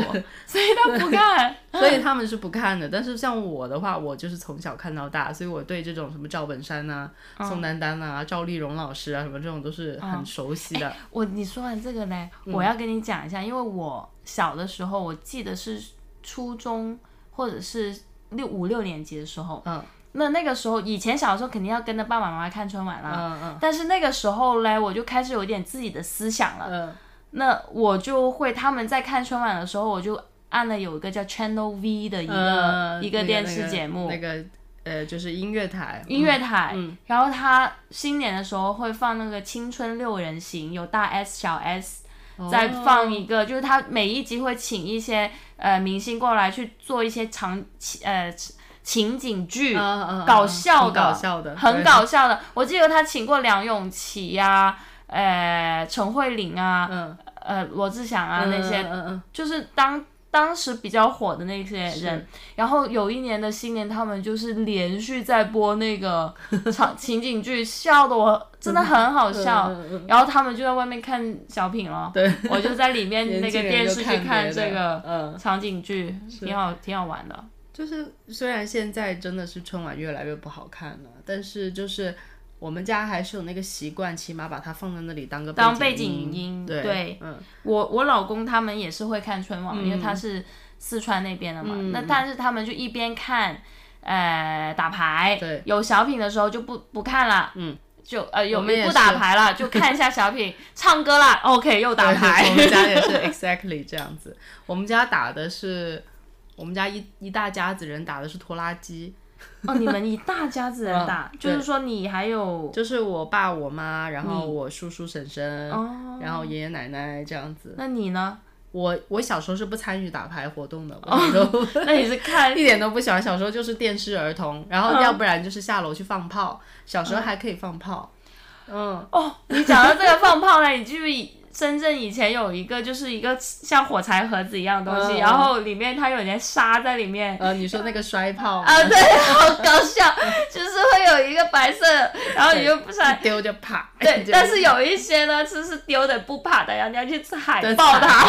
Speaker 1: 所以他不看。
Speaker 2: 所以他们是不看的。但是像我的话，我就是从小看到大，所以我对这种什么赵本山啊、
Speaker 1: 嗯
Speaker 2: 宋丹丹啊、赵丽蓉老师啊什么这种都是很熟悉的。
Speaker 1: 我你说完这个呢，我
Speaker 2: 嗯
Speaker 1: 要跟你讲一下，因为我小的时候，我记得是初中或者是六五六年级的时候，
Speaker 2: 嗯
Speaker 1: 那那个时候以前小的时候肯定要跟着爸爸妈妈看春晚啦。
Speaker 2: 嗯嗯
Speaker 1: 但是那个时候嘞，我就开始有点自己的思想了。
Speaker 2: 嗯
Speaker 1: 那我就会他们在看春晚的时候，我就按了有一个叫 Channel V 的一个、
Speaker 2: 呃，
Speaker 1: 一个电视节目，
Speaker 2: 那个、那个呃，就是音乐台，
Speaker 1: 音乐台，
Speaker 2: 嗯
Speaker 1: 然后他新年的时候会放那个《青春六人行》，有大 S、小 S，
Speaker 2: 哦
Speaker 1: 再放一个，就是他每一集会请一些呃明星过来去做一些场呃情景剧，
Speaker 2: 嗯嗯嗯
Speaker 1: 搞笑的，
Speaker 2: 很搞笑的
Speaker 1: 很
Speaker 2: 对
Speaker 1: 搞笑的。我记得他请过梁咏琪呀、呃陈慧琳啊，
Speaker 2: 嗯
Speaker 1: 呃罗志祥啊、那些
Speaker 2: 嗯嗯嗯
Speaker 1: 就是当当时比较火的那些人
Speaker 2: 是，
Speaker 1: 然后有一年的新年，他们就是连续在播那
Speaker 2: <laughs>
Speaker 1: 个场情景剧，笑的我真的很好笑。
Speaker 2: 嗯嗯嗯
Speaker 1: 然后他们就在外面看小品了，
Speaker 2: 对，
Speaker 1: <laughs> 我就在里面那
Speaker 2: 嗯
Speaker 1: 个
Speaker 2: 年轻人
Speaker 1: 电
Speaker 2: 就
Speaker 1: 视剧
Speaker 2: 看
Speaker 1: 看
Speaker 2: 别
Speaker 1: 这
Speaker 2: 的
Speaker 1: 个
Speaker 2: 嗯，
Speaker 1: 场景剧，挺好，挺好玩的。
Speaker 2: 就是虽然现在真的是春晚越来越不好看了，但是就是我们家还是有那个习惯，起码把它放在那里当个
Speaker 1: 当
Speaker 2: 背
Speaker 1: 背景音
Speaker 2: 音，对
Speaker 1: 对
Speaker 2: 嗯
Speaker 1: 我我老公他们也是会看春晚，因为他是四川那边的嘛。
Speaker 2: 嗯
Speaker 1: 那但是他们就一边看，呃，打牌，
Speaker 2: 对
Speaker 1: 有小品的时候就不不看了，嗯，就呃有
Speaker 2: 我们也
Speaker 1: 不打
Speaker 2: 是
Speaker 1: 牌了，就看一下小
Speaker 2: <laughs>
Speaker 1: 品，唱歌啦，OK 又打
Speaker 2: 对
Speaker 1: 牌
Speaker 2: 我。们家也是 exactly 这样子，我们家打的是。我们家一一大家子人打的是拖拉机，
Speaker 1: <laughs> 哦，你们一大家子人打，
Speaker 2: 嗯
Speaker 1: 就是
Speaker 2: 对
Speaker 1: 说你还有
Speaker 2: 就是我爸、我妈，然后
Speaker 1: 你
Speaker 2: 我叔叔、婶婶，
Speaker 1: 嗯哦，
Speaker 2: 然后爷爷奶奶这样子。
Speaker 1: 那你呢？ <laughs>
Speaker 2: 我我小时候是不参与打牌活动的，我小时候
Speaker 1: 那你是看
Speaker 2: 一点都不喜欢。小时候就是电视儿童，然后
Speaker 1: 嗯
Speaker 2: 要不然就是下楼去放炮。小时候还可以放炮，嗯，
Speaker 1: 哦，你讲到这个放炮呢，你记不记得深圳以前有一个就是一个像火柴盒子一样的东西，
Speaker 2: 嗯嗯
Speaker 1: 然后里面它有点沙在里面。
Speaker 2: 呃，你说那个摔炮
Speaker 1: <laughs> 啊，对，好搞笑，就是会有一个白色，然后你就不
Speaker 2: 一
Speaker 1: 想
Speaker 2: <laughs> 丢就啪，
Speaker 1: 对，
Speaker 2: 就
Speaker 1: 但是有一些呢，就是丢的不怕的，然后你要去踩
Speaker 2: 对
Speaker 1: 爆它。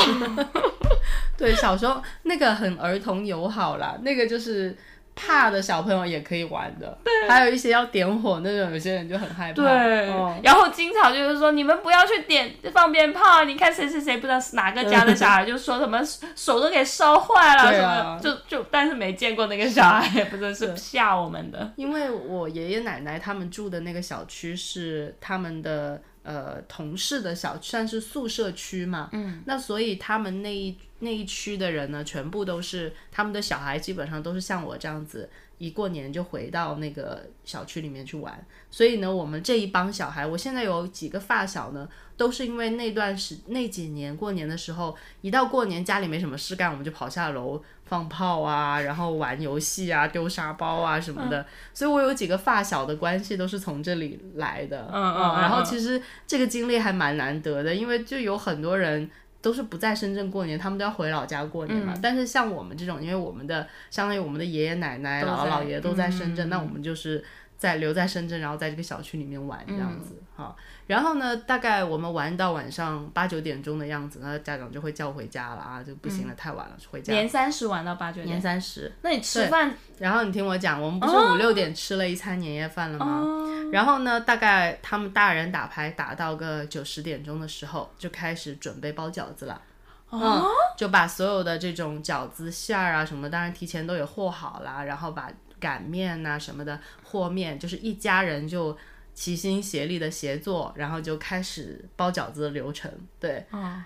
Speaker 2: 对小时候那个很儿童友好啦，那个就是。怕的小朋友也可以玩的，还有一些要点火那种，有些人就很害怕。
Speaker 1: 对，
Speaker 2: 哦
Speaker 1: 然后经常就是说你们不要去点放鞭炮啊，你看谁谁谁不知道是哪个家的小孩，就说什么手都给烧坏了
Speaker 2: 对
Speaker 1: 什么，
Speaker 2: 啊
Speaker 1: 就就但是没见过那个小孩，也不知道是吓我们的。
Speaker 2: 因为我爷爷奶奶他们住的那个小区是他们的呃同事的小区，算是宿舍区嘛。嗯，那所以他们那一那一区的人呢，全部都是他们的小孩，基本上都是像我这样子，一过年就回到那个小区里面去玩。所以呢，我们这一帮小孩，我现在有几个发小呢，都是因为那段时那几年过年的时候，一到过年家里没什么事干，我们就跑下楼放炮啊，然后玩游戏啊，丢沙包啊什么的。
Speaker 1: 嗯
Speaker 2: 所以我有几个发小的关系都是从这里来的。啊
Speaker 1: 嗯嗯嗯
Speaker 2: 然后
Speaker 1: 嗯
Speaker 2: 其实这个经历还蛮难得的，因为就有很多人。都是不在深圳过年，他们都要回老家过年嘛。
Speaker 1: 嗯
Speaker 2: 但是像我们这种，因为我们的相当于我们的爷爷奶奶、
Speaker 1: 都
Speaker 2: 姥姥
Speaker 1: 在
Speaker 2: 姥爷都在深圳，
Speaker 1: 嗯
Speaker 2: 那我们就是在留在深圳，然后在这个小区里面玩这样子
Speaker 1: 嗯
Speaker 2: 哈、然后呢，大概我们玩到晚上八九点钟的样子，那家长就会叫回家了啊，就不行了，太晚了，回家。
Speaker 1: 嗯年哦三十玩到八九
Speaker 2: 年
Speaker 1: 点，
Speaker 2: 三十，
Speaker 1: 那你吃饭
Speaker 2: 然后你听我讲，我们不是五六点吃了一餐年夜饭了吗？
Speaker 1: 哦
Speaker 2: 然后呢，大概他们大人打牌打到个九十点钟的时候，就开始准备包饺子了。嗯，就把所有的这种饺子馅儿啊什么，当然提前都有和好啦，然后把擀面呐、什么的和面，就是一家人就齐心协力的协作，然后就开始包饺子的流程。对，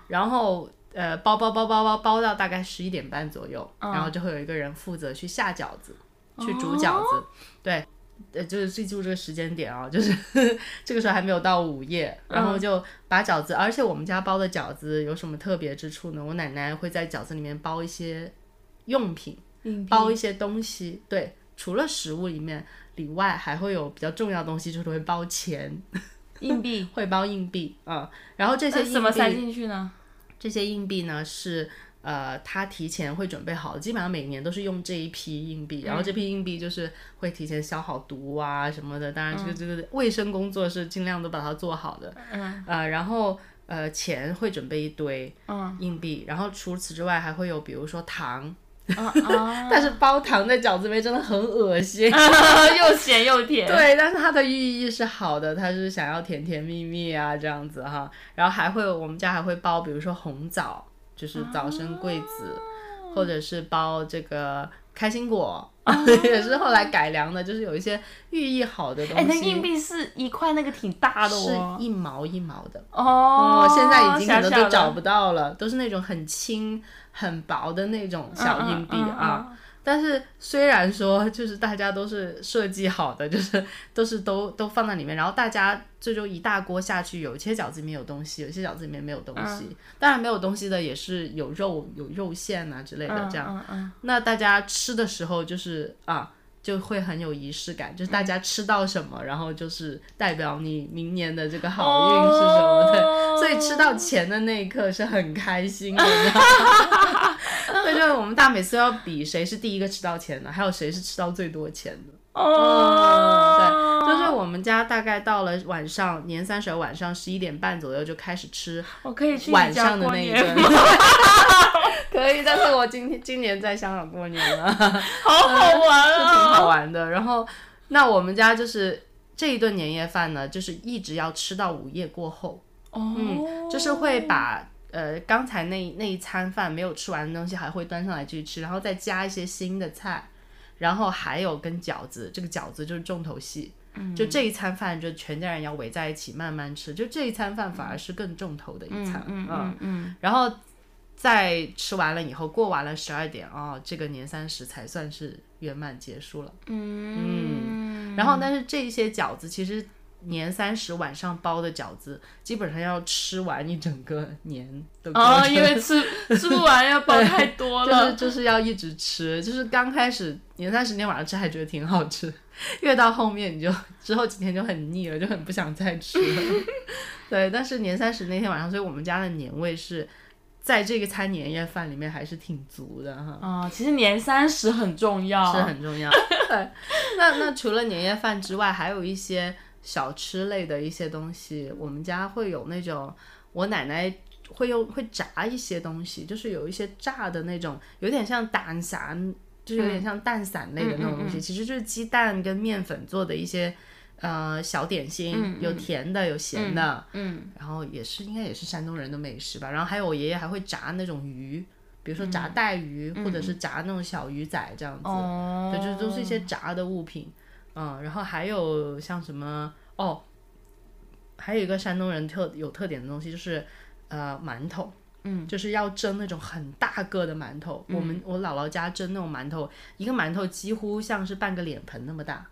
Speaker 2: 然后呃包包包包包包到大概十一点半左右，然后就会有一个人负责去下饺子，去煮饺子。对，呃，就是记住这个时间点啊、 <laughs> 就是这个时候还没有到午夜，然后就把饺子，而且我们家包的饺子有什么特别之处呢？我奶奶会在饺子里面包一些用品，
Speaker 1: 影评
Speaker 2: 包一些东西。对，除了食物里面里外，还会有比较重要的东西，就是会包钱，
Speaker 1: 硬币，
Speaker 2: 会包硬币啊、然后这
Speaker 1: 这 <laughs>
Speaker 2: 些
Speaker 1: 怎么
Speaker 2: 硬币
Speaker 1: 塞进去呢？
Speaker 2: 这些硬币呢是呃，他提前会准备好，基本上每年都是用这一批硬币，然后这批硬币就是会提前消好毒啊什么的。当然，这个这个卫生工作是尽量都把它做好的。嗯呃，然后呃，钱会准备一堆
Speaker 1: 嗯
Speaker 2: 硬币，然后除此之外还会有比如说糖，
Speaker 1: 啊啊，
Speaker 2: <laughs> 但是包糖在饺子里面真的很恶
Speaker 1: <laughs>
Speaker 2: 心。
Speaker 1: 又咸又甜。 <laughs>
Speaker 2: 对，但是它的寓意是好的，它是想要甜甜蜜蜜啊这样子哈。然后还会我们家还会包，比如说红枣，就是早生贵子，或者是包这个开心果，
Speaker 1: 哦
Speaker 2: <laughs> 也是后来改良的，就是有一些寓意好的东
Speaker 1: 哎，那
Speaker 2: 西。
Speaker 1: 硬币是一块那个挺大的
Speaker 2: 是
Speaker 1: 哦。
Speaker 2: 一毛一毛的
Speaker 1: 哦，
Speaker 2: 现在已经可
Speaker 1: 小
Speaker 2: 能
Speaker 1: 小
Speaker 2: 都
Speaker 1: 的
Speaker 2: 找不到了，都是那种很轻、很薄的那种小硬币
Speaker 1: 嗯
Speaker 2: 啊。。
Speaker 1: 嗯嗯嗯
Speaker 2: 但是虽然说就是大家都是设计好的，就是 <laughs> 都是都都放在里面，然后大家最终一大锅下去，有一些饺子里面有东西，有一些饺子里面没有东西。当然没有东西的也是有肉有肉馅啊之类的
Speaker 1: 嗯
Speaker 2: 这样。
Speaker 1: 嗯嗯
Speaker 2: 那大家吃的时候就是啊。就会很有仪式感，就是大家吃到什么，然后就是代表你明年的这个好运是什么的。
Speaker 1: 哦
Speaker 2: 所以吃到钱的那一刻是很开心的，你知道吗 <laughs> 所以就是我们大每次要比谁是第一个吃到钱的，还有谁是吃到最多钱的。
Speaker 1: 哦，
Speaker 2: 嗯对，就是我们家大概到了晚上年三十晚上十一点半左右就开始吃
Speaker 1: 我可以去
Speaker 2: 晚
Speaker 1: 你家
Speaker 2: 上的
Speaker 1: 过
Speaker 2: 那一
Speaker 1: 年
Speaker 2: 顿
Speaker 1: 吗？。
Speaker 2: <laughs> 可以，但是我今天今年在香港过年
Speaker 1: <laughs>
Speaker 2: 了，
Speaker 1: 好好玩
Speaker 2: 是挺
Speaker 1: 啊！
Speaker 2: 好玩的。然后，那我们家就是这一顿年夜饭呢，就是一直要吃到午夜过后。
Speaker 1: 嗯
Speaker 2: 就是会把呃刚才那那一餐饭没有吃完的东西还会端上来继续吃，然后再加一些新的菜，然后还有跟饺子，这个饺子就是重头戏。
Speaker 1: 嗯
Speaker 2: 就这一餐饭，就全家人要围在一起慢慢吃。就这一餐饭反而是更重头的一餐，
Speaker 1: 嗯嗯嗯，
Speaker 2: 然后再吃完了以后，过完了十二点哦，这个年三十才算是圆满结束了。嗯然后但是这些饺子其实年三十晚上包的饺子，基本上要吃完一整个年的过
Speaker 1: 哦，
Speaker 2: 程 <laughs>
Speaker 1: 因为吃吃不完要包太多
Speaker 2: 就是
Speaker 1: 了，
Speaker 2: 就是要一直吃，就是刚开始年三十天晚上吃还觉得挺好吃，越到后面你就之后几天就很腻了，就很不想再吃
Speaker 1: <laughs>
Speaker 2: 了。对，但是年三十那天晚上，所以我们家的年味是在这个餐年夜饭里面还是挺足的哈。
Speaker 1: 啊、其实年三十很重要，
Speaker 2: 是很
Speaker 1: <laughs>
Speaker 2: 重要。对，那那除了年夜饭之外，还有一些小吃类的一些东西，我们家会有那种，我奶奶会用会炸一些东西，就是有一些炸的那种，有点像蛋散，就是有点像蛋散类的那种
Speaker 1: 嗯
Speaker 2: 东西，其实就是鸡蛋跟面粉做的一些。呃，小点心、有甜的，有咸的，
Speaker 1: 嗯，
Speaker 2: 然后也是应该也是山东人的美食吧。然后还有我爷爷还会炸那种鱼，比如说炸带鱼，或者是炸那种小鱼仔这样子。
Speaker 1: 嗯哦，
Speaker 2: 对，就是都是一些炸的物品，嗯，然后还有像什么哦，还有一个山东人特有特点的东西就是呃馒头，嗯，就是要蒸那种很大个的馒头。我们我姥姥家蒸那种馒头，一个馒头几乎像是半个脸盆那么大，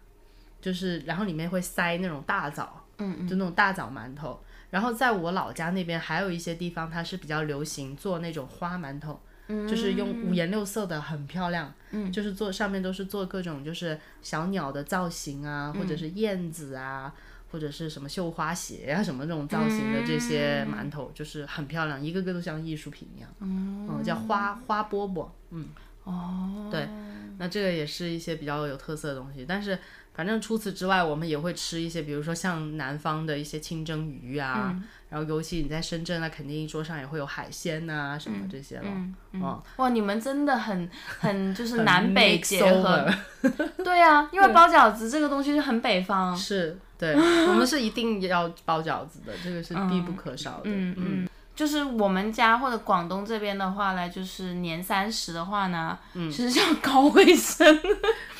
Speaker 2: 就是然后里面会塞那种大枣，嗯就那种大枣馒头。然后在我老家那边还有一些地方，它是比较流行做那种花馒头。就是用五颜六色的，很漂亮。嗯，就是做上面都是做各种就是小鸟的造型啊，
Speaker 1: 嗯
Speaker 2: 或者是燕子啊，或者是什么绣花鞋啊，什么这种造型的这些
Speaker 1: 嗯
Speaker 2: 馒头，就是很漂亮，一个个都像艺术品一样。嗯，叫花花饽饽。嗯，
Speaker 1: 哦，
Speaker 2: 对，那这个也是一些比较有特色的东西。但是反正除此之外，我们也会吃一些，比如说像南方的一些清蒸鱼啊，
Speaker 1: 嗯
Speaker 2: 然后尤其你在深圳那肯定一桌上也会有海鲜呐、什么这些咯。嗯
Speaker 1: 哇，你们真的很很就是
Speaker 2: 很
Speaker 1: 南北
Speaker 2: mix
Speaker 1: 结合
Speaker 2: over，
Speaker 1: 对啊，因为包饺子这个东西就很北方，
Speaker 2: 是
Speaker 1: <laughs>
Speaker 2: 对，我们是一定要包饺子的，这个是必不可少的。
Speaker 1: 嗯嗯，就是我们家或者广东这边的话呢，就是年三十的话呢，嗯、其实要搞卫生，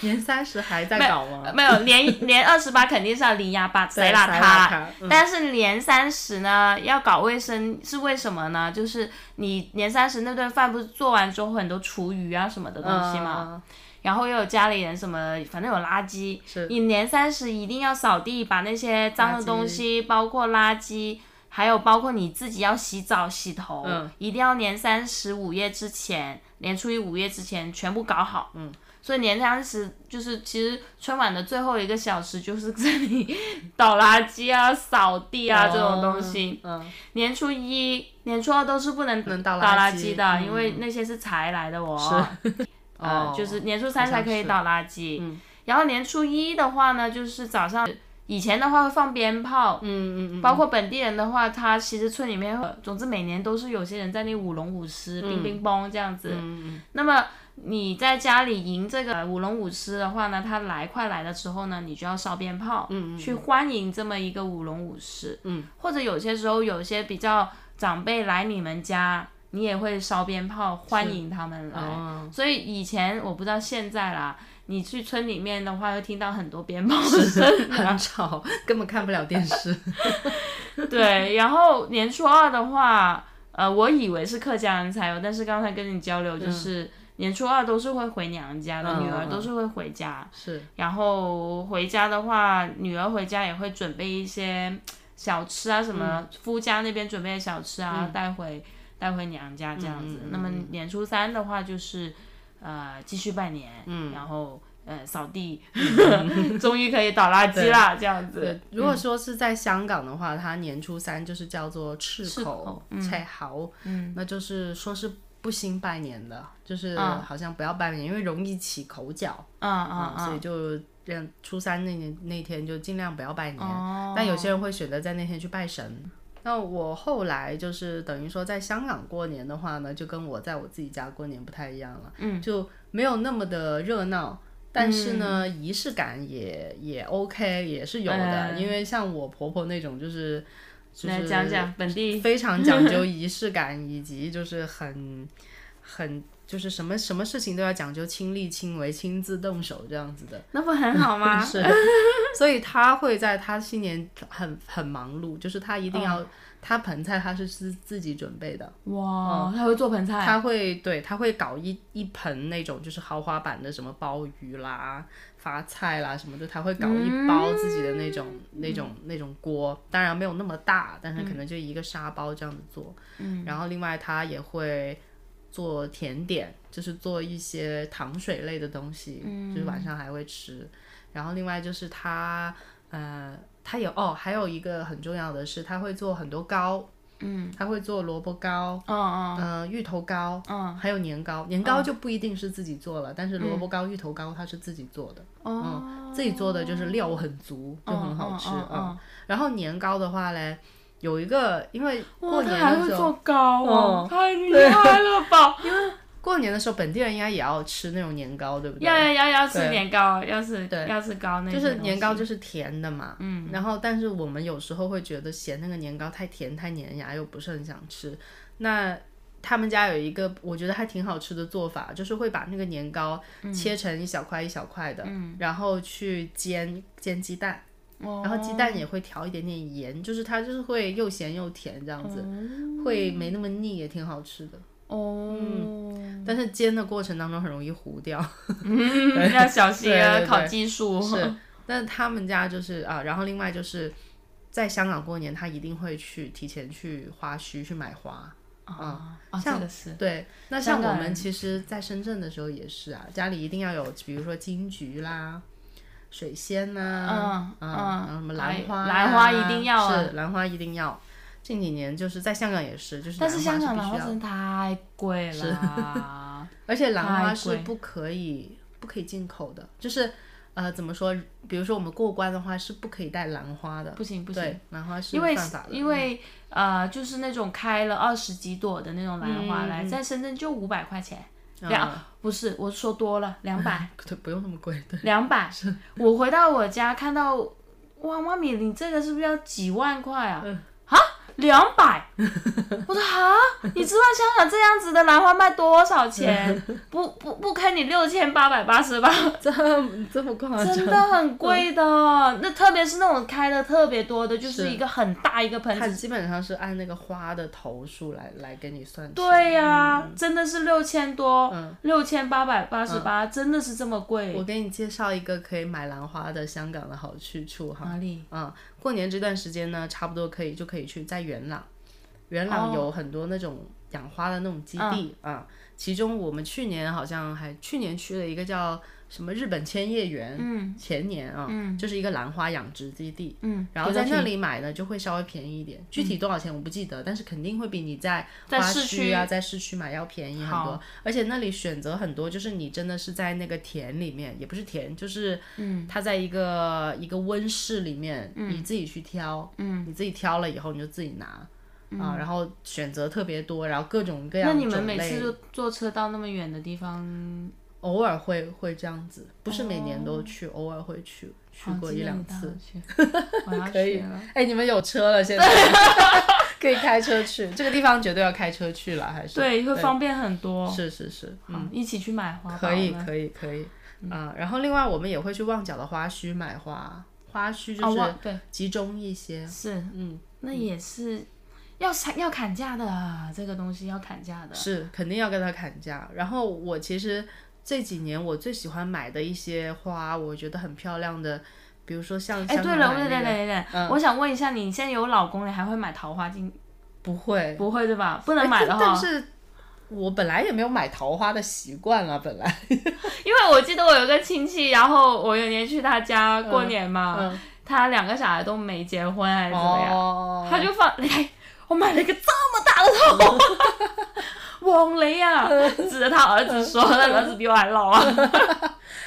Speaker 2: 年三十还在搞啊
Speaker 1: <laughs>
Speaker 2: 吗？
Speaker 1: 没有年年二十八肯定是要零哑巴，谁邋
Speaker 2: 谁邋遢
Speaker 1: 遢
Speaker 2: 嗯？
Speaker 1: 但是年三十呢，要搞卫生是为什么呢？就是你年三十那顿饭不是做完之后很多厨余啊什么的东西嘛，
Speaker 2: 嗯
Speaker 1: 然后又有家里人什么，反正有垃圾
Speaker 2: 是，
Speaker 1: 你年三十一定要扫地，把那些脏的东西，包括垃圾，还有包括你自己要洗澡、洗头，
Speaker 2: 嗯
Speaker 1: 一定要年三十午夜之前，年初一午夜之前全部搞好。嗯，所以年三十就是其实春晚的最后一个小时就是这里 <laughs> 倒垃圾啊、扫地
Speaker 2: 哦
Speaker 1: 啊、这种东西。
Speaker 2: 嗯，
Speaker 1: 年初一、年初二都是不能
Speaker 2: 能倒垃圾
Speaker 1: 垃圾的，
Speaker 2: 嗯
Speaker 1: 因为那些是财来的哦。
Speaker 2: 是，哦
Speaker 1: 呃，就是年初三才可以倒垃圾。
Speaker 2: 嗯
Speaker 1: 然后年初一的话呢，就是早上，以前的话会放鞭炮，
Speaker 2: 嗯嗯嗯，
Speaker 1: 包括本地人的话，他其实村里面会，总之每年都是有些人在那舞龙舞狮、乒乒乓这样子。
Speaker 2: 嗯
Speaker 1: 那么你在家里迎这个舞龙舞狮的话呢，他来快来的时候呢，你就要烧鞭炮，
Speaker 2: 嗯嗯嗯
Speaker 1: 去欢迎这么一个舞龙舞狮。
Speaker 2: 嗯，
Speaker 1: 或者有些时候有些比较长辈来你们家，你也会烧鞭炮欢迎他们来。
Speaker 2: 哦
Speaker 1: 所以以前我不知道现在啦，你去村里面的话，会听到很多鞭炮的 <laughs> 声。
Speaker 2: 很吵，根本看不了电视。 <laughs>
Speaker 1: 对，然后年初二的话，呃，我以为是客家人才有，但是刚才跟你交流就是。年初二都是会回娘家的，
Speaker 2: 嗯
Speaker 1: 女儿
Speaker 2: 嗯嗯
Speaker 1: 都是会回家。
Speaker 2: <laughs> 是，
Speaker 1: 然后回家的话，女儿回家也会准备一些小吃啊，什么
Speaker 2: 嗯
Speaker 1: 夫家那边准备的小吃啊，带回带回娘家这样子。
Speaker 2: 嗯嗯嗯
Speaker 1: 那么年初三的话，就是呃继续拜年，
Speaker 2: 嗯
Speaker 1: 然后呃扫
Speaker 2: <laughs>
Speaker 1: 地，终于可以倒垃圾啦，这样子
Speaker 2: 对。，如果说是在香港的话，它年初三就是叫做赤
Speaker 1: 赤口
Speaker 2: 口
Speaker 1: 嗯
Speaker 2: 菜豪，
Speaker 1: 嗯
Speaker 2: 那就是说是不兴拜年的，就是
Speaker 1: 嗯
Speaker 2: 好像不要拜年，因为容易起口角
Speaker 1: 嗯嗯
Speaker 2: 所以
Speaker 1: 嗯，
Speaker 2: 就让初三那年那天就尽量不要拜年。
Speaker 1: 哦
Speaker 2: 但有些人会选择在那天去拜神。那我后来就是等于说，在香港过年的话呢，就跟我在我自己家过年不太一样了，
Speaker 1: 嗯
Speaker 2: 就没有那么的热闹，但是呢，仪式感也也 OK，也是有的。
Speaker 1: 嗯
Speaker 2: 因为像我婆婆那种，就是就
Speaker 1: 来
Speaker 2: 是
Speaker 1: 讲讲本地，
Speaker 2: 非常讲究仪式感，以及就是很很就是什么什么事情都要讲究亲力亲为、亲自动手这样子的。
Speaker 1: 那不很好吗？
Speaker 2: 是， <laughs> 所以他会在他新年很很忙碌，就是他一定要、他盆菜他是自自己准备的，
Speaker 1: <laughs> 哇，他会做盆菜，
Speaker 2: 嗯哦他会对他会搞一一盆那种就是豪华版的什么鲍鱼啦、发菜啦什么的，他会搞一包自己的那种、那种那种锅，当然没有那么大，但是可能就一个沙包这样子做。嗯，然后另外他也会做甜点，就是做一些糖水类的东西，就是晚上还会吃。然后另外就是他呃，他有哦，还有一个很重要的是，他会做很多糕。嗯，他会做萝卜糕，
Speaker 1: 嗯嗯
Speaker 2: 呃，芋头糕，
Speaker 1: 嗯，
Speaker 2: 还有年糕，年糕就不一定是自己做了，但是萝卜糕、芋头糕它是自己做的，
Speaker 1: 哦，
Speaker 2: 嗯，自己做的就是料很足，就很好吃，
Speaker 1: 嗯嗯嗯
Speaker 2: 嗯。然后年糕的话嘞，有一个，因为过
Speaker 1: 哇，他
Speaker 2: 年
Speaker 1: 还会
Speaker 2: 的时
Speaker 1: 做
Speaker 2: 候，
Speaker 1: 糕哦，
Speaker 2: 嗯
Speaker 1: 太厉害了吧！
Speaker 2: 过年的时候本地人应该也要吃那种年糕，对不对？
Speaker 1: 要要要要吃
Speaker 2: 对
Speaker 1: 年糕，要吃
Speaker 2: 对
Speaker 1: 要吃糕那些
Speaker 2: 就
Speaker 1: 东西
Speaker 2: 是年糕就是甜的嘛，嗯，然后但是我们有时候会觉得嫌那个年糕太甜太粘牙，又不是很想吃。那他们家有一个我觉得还挺好吃的做法，就是会把那个年糕
Speaker 1: 嗯
Speaker 2: 切成一小块一小块的，然后去煎煎鸡蛋，
Speaker 1: 哦
Speaker 2: 然后鸡蛋也会调一点点盐，就是它就是会又咸又甜这样子，会没那么腻，也挺好吃的。
Speaker 1: 哦，
Speaker 2: 嗯但是煎的过程当中很容易糊掉。 <laughs>
Speaker 1: 嗯，要小心啊，
Speaker 2: 对对对
Speaker 1: 考技术 <laughs>
Speaker 2: 是，但他们家就是啊，然后另外就是在香港过年，他一定会去提前去花墟去买花。
Speaker 1: 啊，哦这
Speaker 2: 嗯像
Speaker 1: 个是
Speaker 2: 对，那
Speaker 1: 香
Speaker 2: 像
Speaker 1: 港
Speaker 2: 我
Speaker 1: 人
Speaker 2: 们其实，在深圳的时候也是啊，家里一定要有，比如说金桔啦、水仙呐，
Speaker 1: 嗯嗯
Speaker 2: 啊，然后什么兰花啊、
Speaker 1: 兰花一定要啊
Speaker 2: 是兰花一定要。近几年就是在香港也是，就是
Speaker 1: 但是香港
Speaker 2: 兰
Speaker 1: 兰
Speaker 2: 花
Speaker 1: 花
Speaker 2: 必须要
Speaker 1: 真的太贵 <laughs> 了，
Speaker 2: 而且兰花
Speaker 1: 太
Speaker 2: 是
Speaker 1: 贵
Speaker 2: 不可以不可以进口的，就是呃怎么说？比如说我们过关的话是不可以带兰花的，
Speaker 1: 不行不行
Speaker 2: 对，，兰花是
Speaker 1: 因为
Speaker 2: 犯法的，
Speaker 1: 因为呃，就是那种开了二十几朵的那种兰花
Speaker 2: 嗯
Speaker 1: 来，
Speaker 2: 嗯
Speaker 1: 在深圳就五百块钱，
Speaker 2: 嗯
Speaker 1: 两不是我说多了，两百。
Speaker 2: <laughs> 对不用那么贵，对，
Speaker 1: 两百。我回到我家
Speaker 2: 嗯 <laughs>
Speaker 1: 看到，哇，妈咪，你这个是不是要几万块啊？啊，两百，我说啊，你知道香港这样子的兰花卖多少
Speaker 2: <laughs>
Speaker 1: 钱？不不不坑你六千八百八十八，
Speaker 2: <laughs> 这么这么夸张，
Speaker 1: 真的很贵的。那特别是那种开的特别多的，就是
Speaker 2: 嗯是
Speaker 1: 一个很大一个盆
Speaker 2: <laughs> 它
Speaker 1: 子。
Speaker 2: 基本上是按那个花的头数来来给你算钱。
Speaker 1: 对呀、真的是六千多
Speaker 2: 嗯，
Speaker 1: 六千八百八十八，真的是这么
Speaker 2: 我
Speaker 1: 贵。
Speaker 2: 给你介绍一个可以买兰花的香港的好去处哈。
Speaker 1: 哪里？
Speaker 2: 嗯，过年这段时间呢，差不多可以就可以去在元朗，元朗
Speaker 1: 哦
Speaker 2: 有很多那种养花的那种基地啊、其中我们去年好像还去年去了一个叫什么日本千叶园，
Speaker 1: 嗯，
Speaker 2: 前年啊，
Speaker 1: 嗯
Speaker 2: 就是一个兰花养殖基地。
Speaker 1: 嗯，
Speaker 2: 然后
Speaker 1: 有的
Speaker 2: 在那
Speaker 1: 挺
Speaker 2: 里买呢，就会稍微便宜一点，具体多少钱我不记得，但是肯定会比你在
Speaker 1: 嗯在
Speaker 2: 花
Speaker 1: 市
Speaker 2: 区啊，
Speaker 1: 区
Speaker 2: 在市区买要便宜很多
Speaker 1: 好。
Speaker 2: 而且那里选择很多，就是你真的是在那个田里面，也不是田，就是
Speaker 1: 嗯
Speaker 2: 它在一个一个温室里面，你自己去挑，
Speaker 1: 嗯
Speaker 2: 你自己挑了以后你就自己拿。啊，然后选择特别多，然后各种各样
Speaker 1: 那
Speaker 2: 种
Speaker 1: 你
Speaker 2: 类。
Speaker 1: 们每次就坐车到那么远的地方，
Speaker 2: 偶尔会会这样子，不是每年都去，偶尔会去，去
Speaker 1: 哦
Speaker 2: 过一
Speaker 1: 今年
Speaker 2: 两
Speaker 1: 你带我
Speaker 2: 次。
Speaker 1: 去，我要
Speaker 2: <laughs> 可以
Speaker 1: 去了。
Speaker 2: 哎，你们有车了，现在 <laughs> 可以开车去，这个地方绝对要开车去了，还是
Speaker 1: 对，会方便很多。
Speaker 2: 是是是，
Speaker 1: 好
Speaker 2: 嗯，
Speaker 1: 一起去买花吧。
Speaker 2: 可以
Speaker 1: 我们嗯
Speaker 2: 可以可以，啊、然后另外我们也会去旺角的花墟买花，花墟
Speaker 1: 哦，
Speaker 2: 就
Speaker 1: 哇
Speaker 2: 是，
Speaker 1: 对，
Speaker 2: 集中一些，
Speaker 1: 是，
Speaker 2: 嗯，
Speaker 1: 那也是要砍要砍价的啊，这个东西要砍价的。
Speaker 2: 是肯定要跟它砍价。然后我其实这几年我最喜欢买的一些花，我觉得很漂亮的，比如说像
Speaker 1: 哎，
Speaker 2: 香
Speaker 1: 对
Speaker 2: 港
Speaker 1: 了，
Speaker 2: 买
Speaker 1: 对
Speaker 2: 那
Speaker 1: 对
Speaker 2: 个
Speaker 1: 对
Speaker 2: 嗯
Speaker 1: 对对，我想问一下，你现在有老公了，还会买桃花镜？
Speaker 2: 不会，
Speaker 1: 不会对吧？不
Speaker 2: 哎
Speaker 1: 能买的
Speaker 2: 但
Speaker 1: 哈
Speaker 2: 但。是我本来也没有买桃花的习惯了，本来。
Speaker 1: 因为我记得我有个亲戚，然后我有年去他家过年嘛，
Speaker 2: 嗯，
Speaker 1: 他两个小孩都没结婚还是怎么样，
Speaker 2: 哦
Speaker 1: 他就放， <laughs> 哎，我买了一个这么大的桃花，王雷啊，
Speaker 2: 嗯
Speaker 1: 指着他儿子说，那儿子比我还老啊。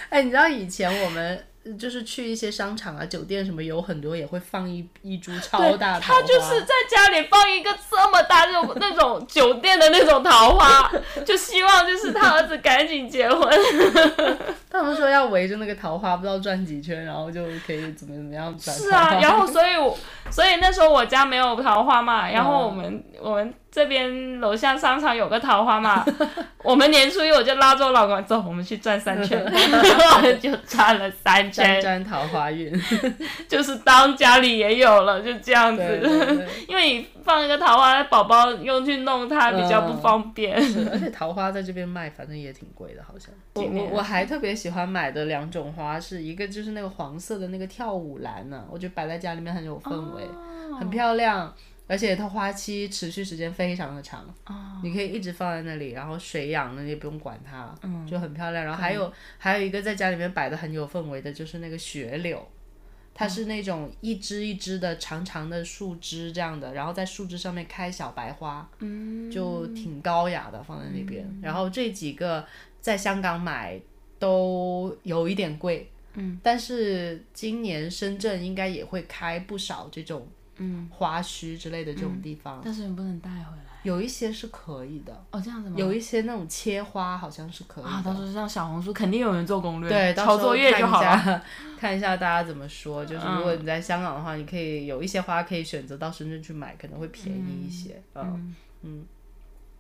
Speaker 2: 哎，你知道以前我们。就是去一些商场啊、酒店什么，有很多也会放一一株超
Speaker 1: 对，
Speaker 2: 大的桃花。
Speaker 1: 他就是在家里放一个这么大那种那种酒店的那种桃花，就希望就是他儿子赶紧结婚。
Speaker 2: <laughs> 他们说要围着那个桃花，不知道转几圈，然后就可以怎么怎么样转桃
Speaker 1: 是
Speaker 2: 花。
Speaker 1: 啊，然后所以我所以那时候我家没有桃花嘛，然后
Speaker 2: 嗯
Speaker 1: 我们我们这边楼下商场有个桃花嘛，我们年初一我就拉着我老公走，我们去转三
Speaker 2: <laughs>
Speaker 1: 圈，我们就转了三
Speaker 2: 沾
Speaker 1: 圈，
Speaker 2: 沾桃花运。 <laughs>
Speaker 1: 就是当家里也有了，就这样
Speaker 2: 对
Speaker 1: 子。
Speaker 2: 对对，
Speaker 1: <laughs> 因为你放一个桃花，宝宝用去弄它比较不
Speaker 2: 嗯
Speaker 1: 方便。 <laughs>
Speaker 2: 是而且桃花在这边卖，反正也挺贵的，好像。啊我
Speaker 1: 今
Speaker 2: 我
Speaker 1: 年
Speaker 2: 我还特别喜欢买的两种花，是一个就是那个黄色的那个跳舞兰呢、我觉得摆在家里面很有氛围，
Speaker 1: 哦
Speaker 2: 很漂亮，而且它花期持续时间非常的长，你可以一直放在那里，然后水养了你也不用管它，就很漂亮。然后还有还有一个在家里面摆的很有氛围的，就是那个雪柳。它是那种一支一支的长长的树枝这样的，然后在树枝上面开小白花，就
Speaker 1: 嗯
Speaker 2: 挺高雅的放在那边。然后这几个在香港买都有一点贵，嗯，但是今年深圳应该也会开不少这种嗯花墟之类的这种
Speaker 1: 嗯
Speaker 2: 地方，
Speaker 1: 但是你不能带回来。
Speaker 2: 有一些是可以的，
Speaker 1: 哦，这样子吗？
Speaker 2: 有一些那种切花好像是可以的。
Speaker 1: 啊，到时候像小红书肯定有人做攻略，
Speaker 2: 对，到
Speaker 1: 抄
Speaker 2: 时候
Speaker 1: 作业
Speaker 2: 看
Speaker 1: 就
Speaker 2: 一
Speaker 1: 好了。 <laughs> 嗯
Speaker 2: 下， <laughs> 看一下大家怎么说。就是如果你在香港的话，你可以有一些花可以选择到深圳去买，可能会便宜一些。嗯嗯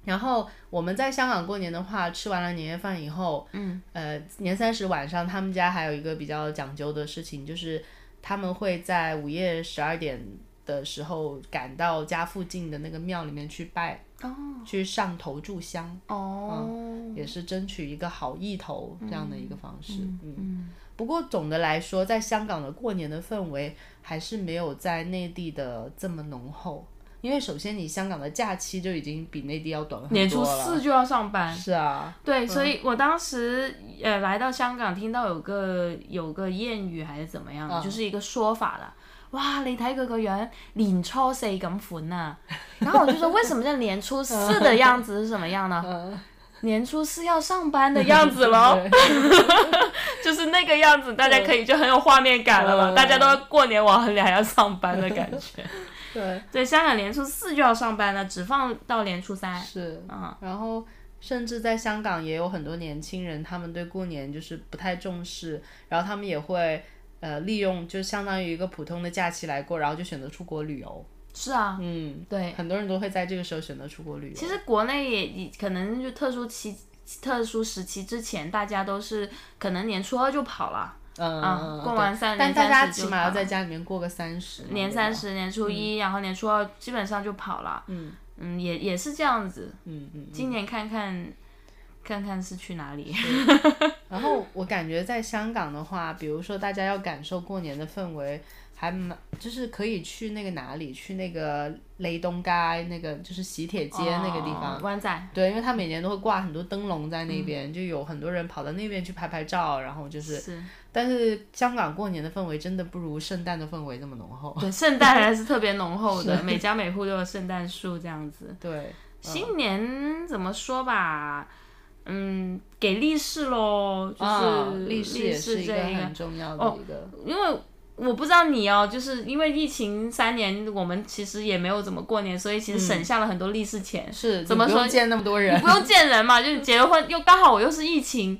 Speaker 2: 然后我们在香港过年的话，吃完了年夜饭以后，嗯，呃，年三十晚上他们家还有一个比较讲究的事情，就是他们会在午夜十二点的时候赶到家附近的那个庙里面去拜，
Speaker 1: 哦
Speaker 2: 去上头炷香。
Speaker 1: 哦，
Speaker 2: 嗯也是争取一个好意头这样的一个方式。嗯，
Speaker 1: 嗯
Speaker 2: 不过总的来说，在香港的过年的氛围还是没有在内地的这么浓厚，因为首先你香港的假期就已经比内地要短很多了。
Speaker 1: 年初四就要上班，
Speaker 2: 是啊，
Speaker 1: 对，所以我当时呃来到香港，听到有个有个谚语还是怎么样，
Speaker 2: 嗯
Speaker 1: 就是一个说法啦。哇！你睇佢個樣，年初四咁款啊！然後我就說，為什麼叫年初四的樣子是什麼樣
Speaker 2: 嗯
Speaker 1: 呢？ <laughs> 年初四要上班的樣子
Speaker 2: <laughs>
Speaker 1: 咯。 <laughs> 就是那个样子，大家可以就很有画面感了嘛。
Speaker 2: 嗯
Speaker 1: 大家都要过年完很俩要上班的感觉。
Speaker 2: 对，
Speaker 1: <laughs> 对，香港年初四就要上班了，只放到年初三。
Speaker 2: 是。
Speaker 1: 嗯，
Speaker 2: 然后甚至在香港也有很多年轻人，他们对过年就是不太重视，然后他们也会呃利用就相当于一个普通的假期来过，然后就选择出国旅游。
Speaker 1: 是啊，
Speaker 2: 嗯，
Speaker 1: 对。
Speaker 2: 很多人都会在这个时候选择出国旅游。
Speaker 1: 其实国内也也可能就特殊期、特殊时期之前，大家都是可能年初二就跑了，
Speaker 2: 嗯，
Speaker 1: 啊
Speaker 2: 嗯
Speaker 1: 过
Speaker 2: 对
Speaker 1: 完三
Speaker 2: 但
Speaker 1: 年
Speaker 2: 大家
Speaker 1: 30就
Speaker 2: 起码要
Speaker 1: 跑
Speaker 2: 在家里面过个三十嘛，
Speaker 1: 年
Speaker 2: 对吧啊
Speaker 1: 三，十、年初一，然后年初二基本上就跑了。
Speaker 2: 嗯
Speaker 1: 嗯，也也是这样子。
Speaker 2: 嗯嗯。嗯
Speaker 1: 今年看看看看是去哪里， <laughs>
Speaker 2: 然后我感觉在香港的话，比如说大家要感受过年的氛围，还蛮就是可以去那个哪里，去那个雷东街那个就是喜帖街那个地方。
Speaker 1: 哦嗯湾仔。
Speaker 2: 对，因为他每年都会挂很多灯笼在那边，就有很多人跑到那边去拍拍照，然后就是，
Speaker 1: 是，
Speaker 2: 但是香港过年的氛围真的不如圣诞的氛围那么浓厚。 <laughs>
Speaker 1: 对，圣诞还是特别浓厚的，每家每户都有圣诞树这样子。
Speaker 2: 对，
Speaker 1: 新年怎么说吧，嗯，给力士喽，就
Speaker 2: 啊
Speaker 1: 是
Speaker 2: 历史也是
Speaker 1: 这哦
Speaker 2: 一个很重要的一个，
Speaker 1: 因为我不知道你哦，就是因为疫情三年，我们其实也没有怎么过年，所以其实省下了很多利是钱，
Speaker 2: 是
Speaker 1: 怎么
Speaker 2: 你不用
Speaker 1: 说
Speaker 2: 见那么多人
Speaker 1: <laughs> 不？用见人嘛，就是结了婚又刚好我又是疫情。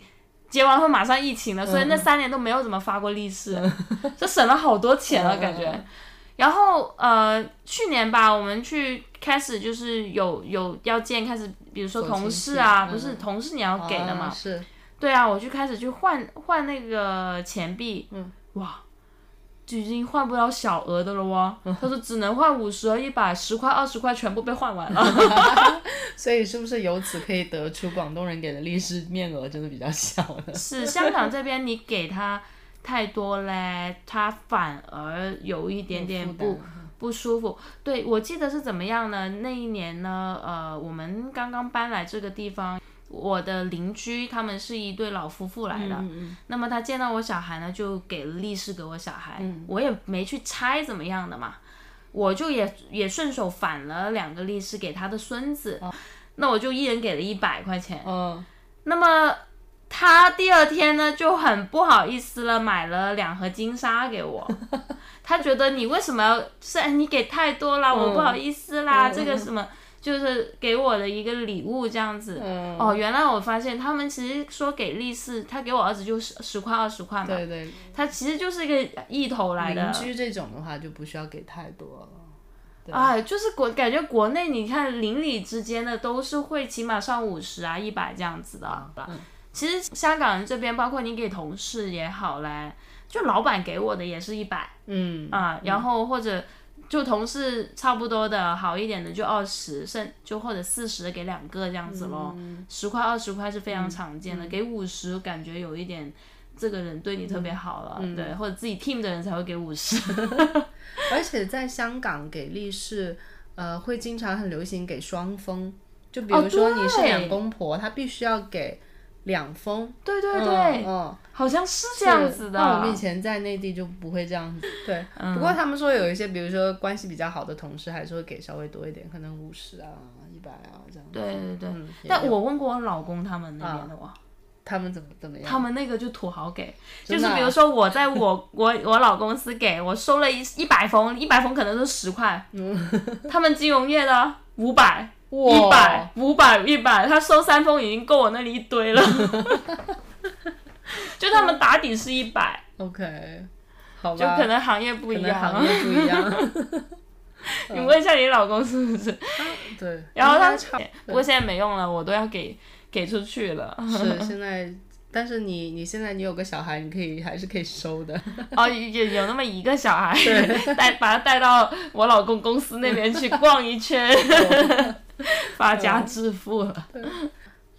Speaker 1: 结完婚马上疫情了，所以那三年都没有怎么发过利 <laughs> 是，就省了好多钱了
Speaker 2: 嗯
Speaker 1: 感
Speaker 2: 嗯
Speaker 1: 觉。然后呃，去年吧，我们去开始就是有有要见，开始比如说
Speaker 2: 走亲
Speaker 1: 同事啊，
Speaker 2: 戚
Speaker 1: 不是同事你要给的嘛，
Speaker 2: 啊是，
Speaker 1: 对啊，我就开始去换换那个钱币，嗯，哇，就已经换不了小额的了哦。他说只能换五十、一百、十块、二十块，全部被换完了。 <laughs>
Speaker 2: 所以是不是由此可以得出广东人给的利是面额真的比较小呢？
Speaker 1: 是香港这边你给他太多嘞，他反而有一点点不。不舒服。对我记得是怎么样呢？那一年呢，呃，我们刚刚搬来这个地方，我的邻居他们啊是一对老夫妇来的。那么他见到我小孩呢，就给了利是给我小孩，我也没去猜怎么样的嘛，我就也也顺手反了两个利是给他的孙子。那我就一人给了一百块钱，
Speaker 2: 嗯，
Speaker 1: 那么他第二天呢就很不好意思了，买了两盒金沙给
Speaker 2: <laughs>
Speaker 1: 我。他觉得你为什么要是哎你给太多
Speaker 2: 嗯
Speaker 1: 啦，我不好意思啦，这个什么就是给我的一个礼物这样子。
Speaker 2: 嗯
Speaker 1: 哦，原来我发现他们其实说给利是，他给我儿子就十十块二十块嘛，
Speaker 2: 对对，
Speaker 1: 他其实就是一个意头来的
Speaker 2: 邻。居这种的话就不需要给太多了。对，
Speaker 1: 哎，就是国感觉国内你看邻里之间的都是会起码上五十啊、一百这样子的。其实香港人这边，包括你给同事也好嘞，就老板给我的也是一百
Speaker 2: 嗯，
Speaker 1: 啊，然后或者就同事差不多的好一点的就二十，甚就或者四十给两个这样子咯，十块二十块是非常常见的，给五十感觉有一点。这个人对你特别好了，对，或者自己 team 的人才会给五十，
Speaker 2: 而且在香港给利是，呃，会经常很流行给双封，就比
Speaker 1: 哦
Speaker 2: 如说你是
Speaker 1: 对
Speaker 2: 两公婆，她必须要给两封。
Speaker 1: 对对对，
Speaker 2: 嗯嗯，
Speaker 1: 好像是这样子的。嗯
Speaker 2: 那我们以前在内地就不会这样子。对，不过他们说有一些，比如说关系比较好的同事，还是会给稍微多一点，可能五十啊、一百啊这样。
Speaker 1: 对对对，
Speaker 2: 嗯也
Speaker 1: 但
Speaker 2: 有啊
Speaker 1: 我问过我老公他们那边的哇，
Speaker 2: 他们怎么怎么样？
Speaker 1: 他们那个就土豪给，就
Speaker 2: 真的
Speaker 1: 是
Speaker 2: 啊
Speaker 1: 比如说我在
Speaker 2: <laughs>
Speaker 1: 我我我老公司给我收了一一百封，一百封可能是十块， <laughs>
Speaker 2: <laughs>
Speaker 1: 他们金融业的五百。
Speaker 2: 嗯哇
Speaker 1: 一百五百一百，他收三封已经够我那里一堆
Speaker 2: <laughs>
Speaker 1: 了， <laughs> 就他们打底是一百，
Speaker 2: OK，好
Speaker 1: 就
Speaker 2: 吧，
Speaker 1: 可能行业不
Speaker 2: 可
Speaker 1: 一
Speaker 2: 能行
Speaker 1: 样。
Speaker 2: 业不一样，
Speaker 1: <laughs> 你问一下你老公是不是？
Speaker 2: 对。
Speaker 1: <laughs> 然后他
Speaker 2: 应该差
Speaker 1: 不过现在没用了，我都要给给出去了。
Speaker 2: 是现在，但是你你现在你有个小孩，你可以还是可以收的。
Speaker 1: <laughs> 哦，有有那么一个小孩， <laughs> 带把他带到我老公公司那 <laughs> 边去逛一圈，哦 <laughs> 发家致富了。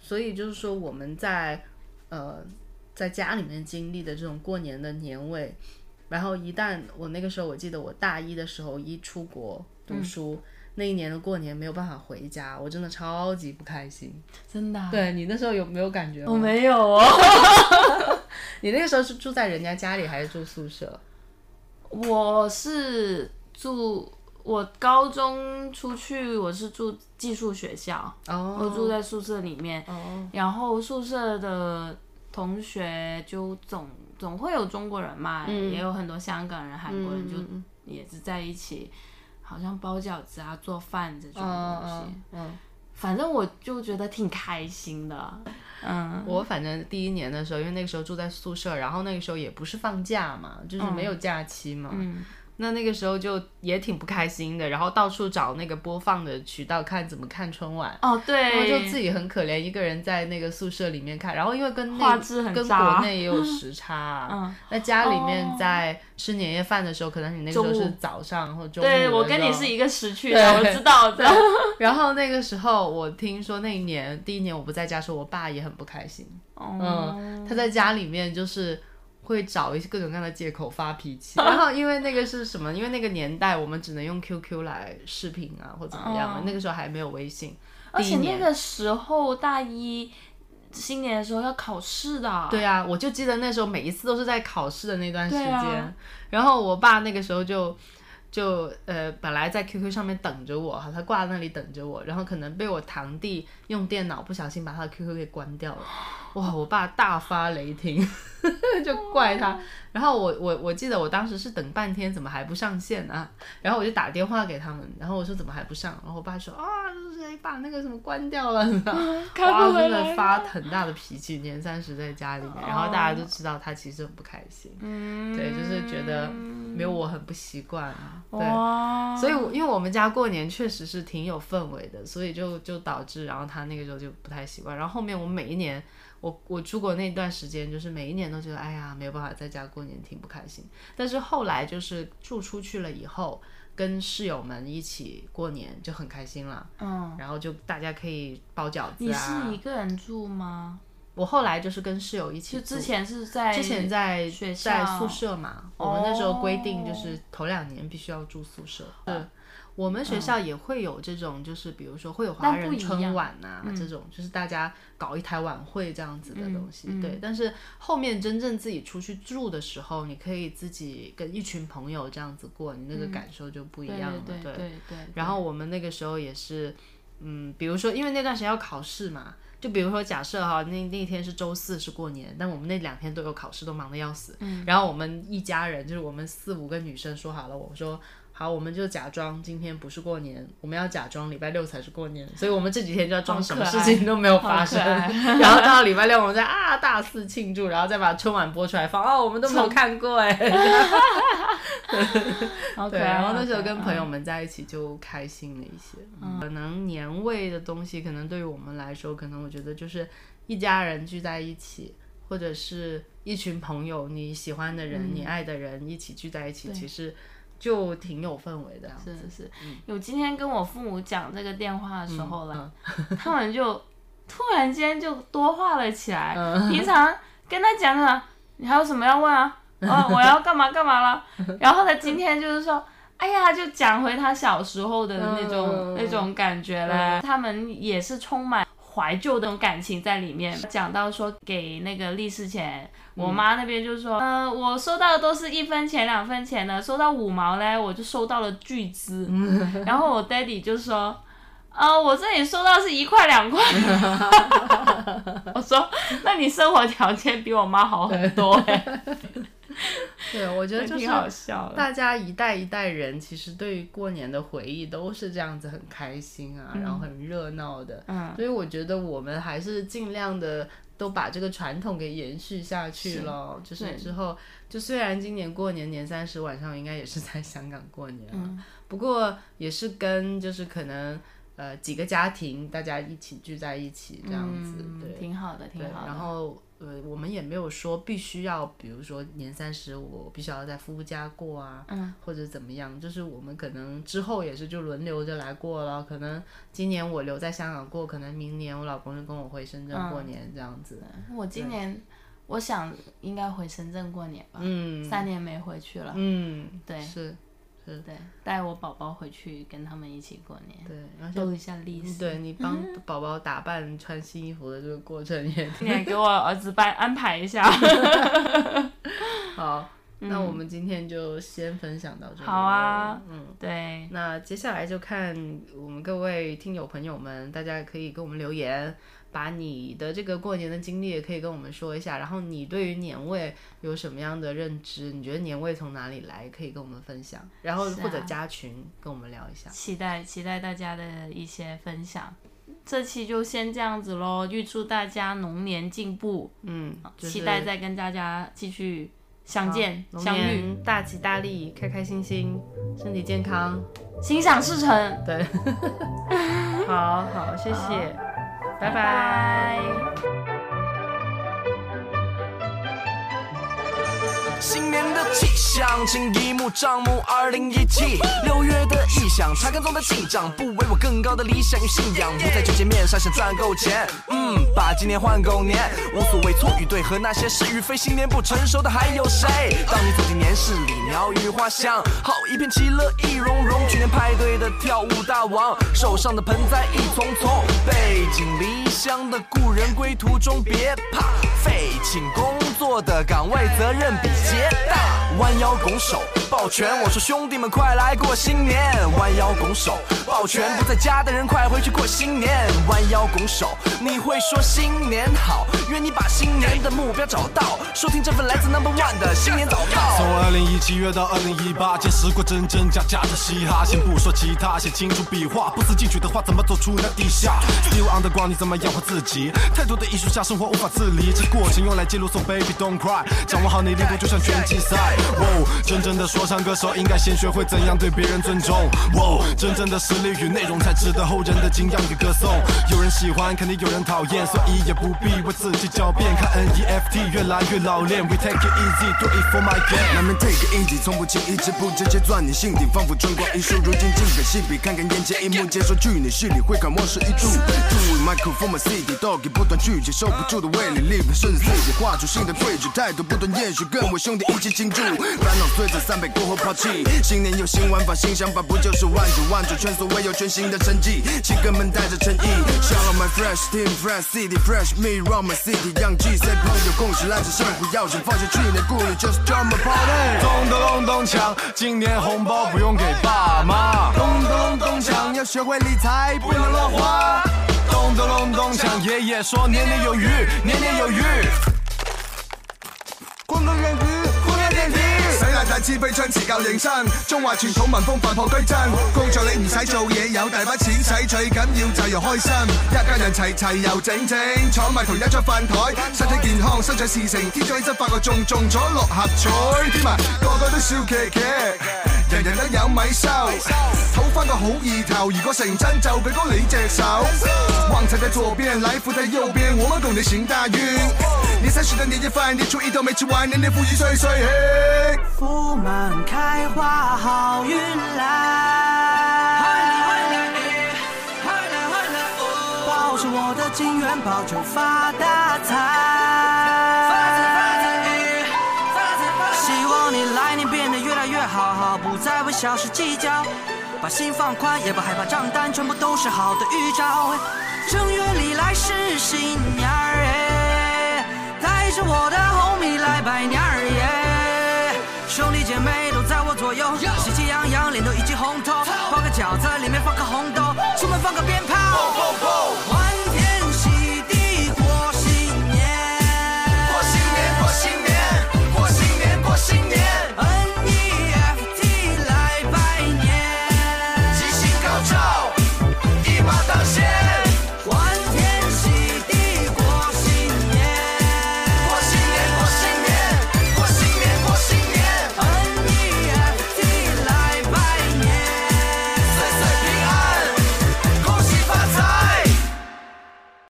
Speaker 2: 所以就是说我们在呃在家里面经历的这种过年的年味，然后一旦我那个时候我记得我大一的时候一出国读
Speaker 1: 嗯
Speaker 2: 书。那一年的过年没有办法回家，我真的超级不开心。
Speaker 1: 真的啊、
Speaker 2: 对你那时候有没有感觉吗？
Speaker 1: 我没有哦，
Speaker 2: 你那个时候是住在人家家里还是住宿舍？
Speaker 1: 我是住我高中出去，我是住寄宿学校，
Speaker 2: 哦，
Speaker 1: 我住在宿舍里面，
Speaker 2: 哦，
Speaker 1: 然后宿舍的同学就总总会有中国人嘛，也有很多香港人、韩国人，就
Speaker 2: 嗯
Speaker 1: 也是在一起，好像包饺子啊、做饭这种
Speaker 2: 嗯
Speaker 1: 东西。
Speaker 2: 嗯嗯，
Speaker 1: 反正我就觉得挺开心的，嗯，
Speaker 2: 我反正第一年的时候，因为那个时候住在宿舍，然后那个时候也不是放假嘛，就是没有假期嘛，
Speaker 1: 嗯
Speaker 2: 那那个时候就也挺不开心的，然后到处找那个播放的渠道看怎么看春晚。
Speaker 1: 哦，
Speaker 2: 然后就
Speaker 1: 对，
Speaker 2: 自己很可怜，一个人在那个宿舍里面看，然后因为跟
Speaker 1: 画
Speaker 2: 那
Speaker 1: 质很
Speaker 2: 跟
Speaker 1: 渣
Speaker 2: 国
Speaker 1: <laughs>
Speaker 2: 内也有时差啊，
Speaker 1: 嗯
Speaker 2: 那家里
Speaker 1: 哦
Speaker 2: 面在吃年夜饭的时候，可能你那个时候
Speaker 1: 中午
Speaker 2: 是早上或中午的时
Speaker 1: 对
Speaker 2: 候，
Speaker 1: 我跟你是一个时区
Speaker 2: 对 <laughs>
Speaker 1: 的，我知道的。
Speaker 2: 然后那个时候，我听说那一年第一年我不在家的时候，我爸也很不开心。
Speaker 1: 哦
Speaker 2: 嗯，他在家里面就是会找一些各种各样的借口发
Speaker 1: <laughs>
Speaker 2: 脾气。然后因为那个是什么？因为那个年代我们只能用 QQ 来视频啊，或怎么样啊。
Speaker 1: 哦
Speaker 2: 那个时候还没有微信。
Speaker 1: 而
Speaker 2: 第一
Speaker 1: 且那
Speaker 2: 年。
Speaker 1: 个时候大一新年的时候要考试的，
Speaker 2: 对啊，我就记得那时候每一次都是在考试的那段时
Speaker 1: 对
Speaker 2: 间，
Speaker 1: 啊
Speaker 2: 然后我爸那个时候就就呃本来在 QQ 上面等着我哈，他挂在那里等着我，然后可能被我堂弟用电脑不小心把他的 QQ 给关掉了，哇，我爸大发雷霆， <laughs> 就
Speaker 1: 哦
Speaker 2: 怪他。然后我我我记得我当时是等半天，怎么还不上线啊？然后我就打电话给他们，然后我说怎么还不上？然后我爸说啊，谁把那个什么关掉了？ <laughs>
Speaker 1: 开
Speaker 2: 哇，
Speaker 1: 不回
Speaker 2: 真
Speaker 1: 来
Speaker 2: 的
Speaker 1: 了哦
Speaker 2: 发很大的脾气，年三十在家里面，然后大家都知道他其实很不开心，
Speaker 1: 嗯，
Speaker 2: 对，就是觉得没有我很不习惯啊，
Speaker 1: 哦
Speaker 2: 对。
Speaker 1: 哇，
Speaker 2: 所以我，因为我们家过年确实是挺有氛围的，所以就就导致，然后他那个时候就不太习惯。然后后面我每一年，我我出国那段时间，就是每一年都觉得，哎呀，没有办法在家过年，挺不开心。但是后来就是住出去了以后，跟室友们一起过年就很开心了，
Speaker 1: 嗯，
Speaker 2: 然后就大家可以包饺子
Speaker 1: 你
Speaker 2: 啊。
Speaker 1: 是一个人住吗？
Speaker 2: 我后来就是跟室友一起
Speaker 1: 就
Speaker 2: 住，
Speaker 1: 之前是在
Speaker 2: 之前在
Speaker 1: 学校
Speaker 2: 在宿舍嘛，我们那时候规定
Speaker 1: 哦嗯
Speaker 2: 就是头两年必须要住宿舍。对，我们学校也会有这种，就是比如说会有华
Speaker 1: 但不
Speaker 2: 人
Speaker 1: 一样嗯
Speaker 2: 春晚呐、这种，就是大家搞一台晚会这样子的东西。
Speaker 1: 嗯嗯
Speaker 2: 对，但是后面真正自己出去住的时候，你可以自己跟一群朋友这样子过，你那个感受就不一
Speaker 1: 对
Speaker 2: 样了。
Speaker 1: 嗯对对对对，
Speaker 2: 然后我们那个时候也是，嗯，比如说，因为那段时间要考试嘛，就比如说假设哈，那那天是周四是过年，但我们那两天都有考试，都忙得要死。
Speaker 1: 嗯
Speaker 2: 然后我们一家人就是我们四五个女生说好了，我说。好，我们就假装今天不是过年，我们要假装礼拜六才是过年，所以我们这几天就要装
Speaker 1: 好
Speaker 2: 什么
Speaker 1: 可
Speaker 2: 事
Speaker 1: 爱
Speaker 2: 情都没有发
Speaker 1: 好可
Speaker 2: 生。
Speaker 1: 爱
Speaker 2: 然后到礼拜六，我们再啊大肆庆祝，然后再把春晚播出来放。哦，我们都没有看过哎。
Speaker 1: 好可
Speaker 2: 对，
Speaker 1: 爱
Speaker 2: 然后
Speaker 1: 好
Speaker 2: 那时候
Speaker 1: 可爱
Speaker 2: 跟朋友
Speaker 1: 啊嗯
Speaker 2: 们在一起就开心了一些。可能年味的东西，可能对于我们来说，可能我觉得就是一家人聚在一起，或者是一群朋友，你喜欢的
Speaker 1: 嗯
Speaker 2: 人、你爱的人一起聚在一起，其实就挺有氛围的。
Speaker 1: 是是，有今天跟我父母讲这个电话的时
Speaker 2: 嗯
Speaker 1: 候啦，他们就突然间就多话了起来。平常跟他讲讲，你还有什么要问啊？哦，我要干嘛干嘛了？然后呢，今天就是说。哎呀，就讲回他小时候的那种、
Speaker 2: 嗯
Speaker 1: 那种感觉嘞，他们也是充满怀旧的那种感情在里面。讲到说给那个利是钱，我妈那边就说，嗯、我收到的都是一分钱、两分钱的，收到五毛嘞，我就收到了巨资。然后我 daddy 就说，呃，我这里收到是一块两块。我说，那你生活条件比我妈好很多、欸，
Speaker 2: 对，
Speaker 1: <laughs>
Speaker 2: 我觉得就是
Speaker 1: 挺好笑的。
Speaker 2: 大家一代一代人，其实对于过年的回忆都是这样子，很开心啊，然后很热闹的。
Speaker 1: 嗯
Speaker 2: 所以我觉得我们还是尽量的都把这个传统给延续下去咯。就是
Speaker 1: 对
Speaker 2: 之后，就虽然今年过年年三十晚上应该也是在香港过年了，
Speaker 1: 嗯
Speaker 2: 不过也是跟就是可能呃几个家庭大家一起聚在一起这样子，
Speaker 1: 嗯
Speaker 2: 对，
Speaker 1: 挺好的，挺
Speaker 2: 对，
Speaker 1: 好的。
Speaker 2: 然后呃，我们也没有说必须要，比如说年三十我必须要在夫家过啊，
Speaker 1: 嗯
Speaker 2: 或者怎么样，就是我们可能之后也是就轮流着来过了。可能今年我留在香港过，可能明年我老公就跟我回深圳过年、
Speaker 1: 嗯
Speaker 2: 这样子。
Speaker 1: 我今年我想应该回深圳过年吧，
Speaker 2: 嗯
Speaker 1: 三年没回去了。
Speaker 2: 嗯，
Speaker 1: 对
Speaker 2: 是，
Speaker 1: 对，带我宝宝回去跟他们一起过年，
Speaker 2: 对，而且
Speaker 1: 露一下历史。
Speaker 2: 嗯对你帮宝宝打扮穿新衣服的这个过程也
Speaker 1: 今年给我儿子班安排一
Speaker 2: <laughs>
Speaker 1: 下。
Speaker 2: 好。那我们今天就先分享到这里。
Speaker 1: 嗯好啊，
Speaker 2: 嗯。
Speaker 1: 对，
Speaker 2: 那接下来就看我们各位听友朋友们，大家可以给我们留言，把你的这个过年的经历也可以跟我们说一下。然后你对于年味有什么样的认知？你觉得年味从哪里来？可以跟我们分享。然后
Speaker 1: 是啊
Speaker 2: 或者加群跟我们聊一下。
Speaker 1: 期待期待大家的一些分享。这期就先这样子喽，预祝大家龙年进步，
Speaker 2: 嗯，就是、
Speaker 1: 期待再跟大家继续相见
Speaker 2: 龙
Speaker 1: 相遇，
Speaker 2: 年大吉大利，开开心心，身体健康。
Speaker 1: 心想事成。
Speaker 2: 对， <laughs> 好好，谢
Speaker 1: 好
Speaker 2: 谢，拜
Speaker 1: 拜拜
Speaker 4: 新年的气象，请一目账目二零一七。六月的异响，查看中的气象，不为我更高的理想与信仰。不再纠结面上想赚够钱，嗯，把今年换狗年，无所谓错与对和那些是与非。新年不成熟的还有谁？当你走进年市里，鸟语花香，好一片其乐意融融。去年派对的跳舞大王，手上的盆栽一丛丛，背井离乡的故人归途中，别怕废寝工作的岗位责任比劫大。弯腰拱手抱拳，我说兄弟们快来过新年。弯腰拱手抱拳，不在家的人快回去过新年。弯腰拱手，你会说新年好，愿你把新年的目标找到。收听这份来自 Number One 的新年早报。
Speaker 5: 从二零一七约到二零一八，见识过真真假假的嘻哈。先不说其他，先清楚笔画，不思进取的话，怎么走出那地下？Still on the ground，你怎么养活自己？太多的艺术家生活无法自理，这过程用来记录，so baby don't cry，掌握好你力度就像拳击赛。Wow，真正的说唱歌手应该先学会怎样对别人尊重。Wow，真正的实力与内容才值得后人的敬仰与歌颂。有人喜欢，肯定有人讨厌，所以也不必为自己狡辩。看 NEFT 越来越老练，We take it easy，do it for my game。
Speaker 6: 男人 take it easy，从不轻易止步，直接钻你心底，仿佛穿过一束。如今竟敢细笔，看看眼前一幕，接受去你视力，会感忘是一注。注意麦克风 city dog，不断聚集，受不住的胃里力，甚至自己画出新的规矩，态度不断延续，跟我兄弟一起庆祝。烦恼随着三百过后抛弃，新年有新玩法，新想法，不就是万主万主，全所未有全新的成绩，七哥们带着诚意，shout out my fresh team fresh city fresh me run my city，让 G C 朋友共识，来自幸福要紧，放下去年顾虑，就是 drum a party。
Speaker 5: 咚咚咚咚锵，今年红包不用给爸妈。
Speaker 6: 咚咚咚锵，要学会理财，不
Speaker 5: 不
Speaker 6: 能
Speaker 5: 能
Speaker 6: 乱
Speaker 5: 乱
Speaker 6: 花
Speaker 5: 花。。咚咚咚咚锵，爷爷说年年有余，年年有余。
Speaker 6: 光头电梯，光头电梯。
Speaker 3: 洗邋遢支悲槍，持教認真。中華傳統文風快破居真，工作你唔使做嘢，有大把錢使，最緊要就又開心。一家人齊齊又整整，坐埋同一張飯台，身體健康，心想事成。天咗起身發覺中中咗六合彩，添啊，個個都笑騎騎，人人都有米收，討翻個好意頭。如果成真就俾哥你隻手，橫財在左邊，來福在右邊，我們共你行大運。年三十的年夜飯，年初一到每吃完，年年富裕岁岁嘿。
Speaker 4: 福满开花，好运来。嗨啦嗨啦哎，嗨啦嗨啦哦，抱着我的金元宝就发大财。发财发财哎，发财发财。希望你来年变得越来越好，好不再为小事计较，把心放宽，也不害怕账单，全部都是好的预兆。正月里来是新年儿哎，带着我的红米来拜年儿耶，兄弟姐妹都在我左右，喜气洋洋，脸都一起红透，包个饺子里面放个红豆，出门放个鞭炮。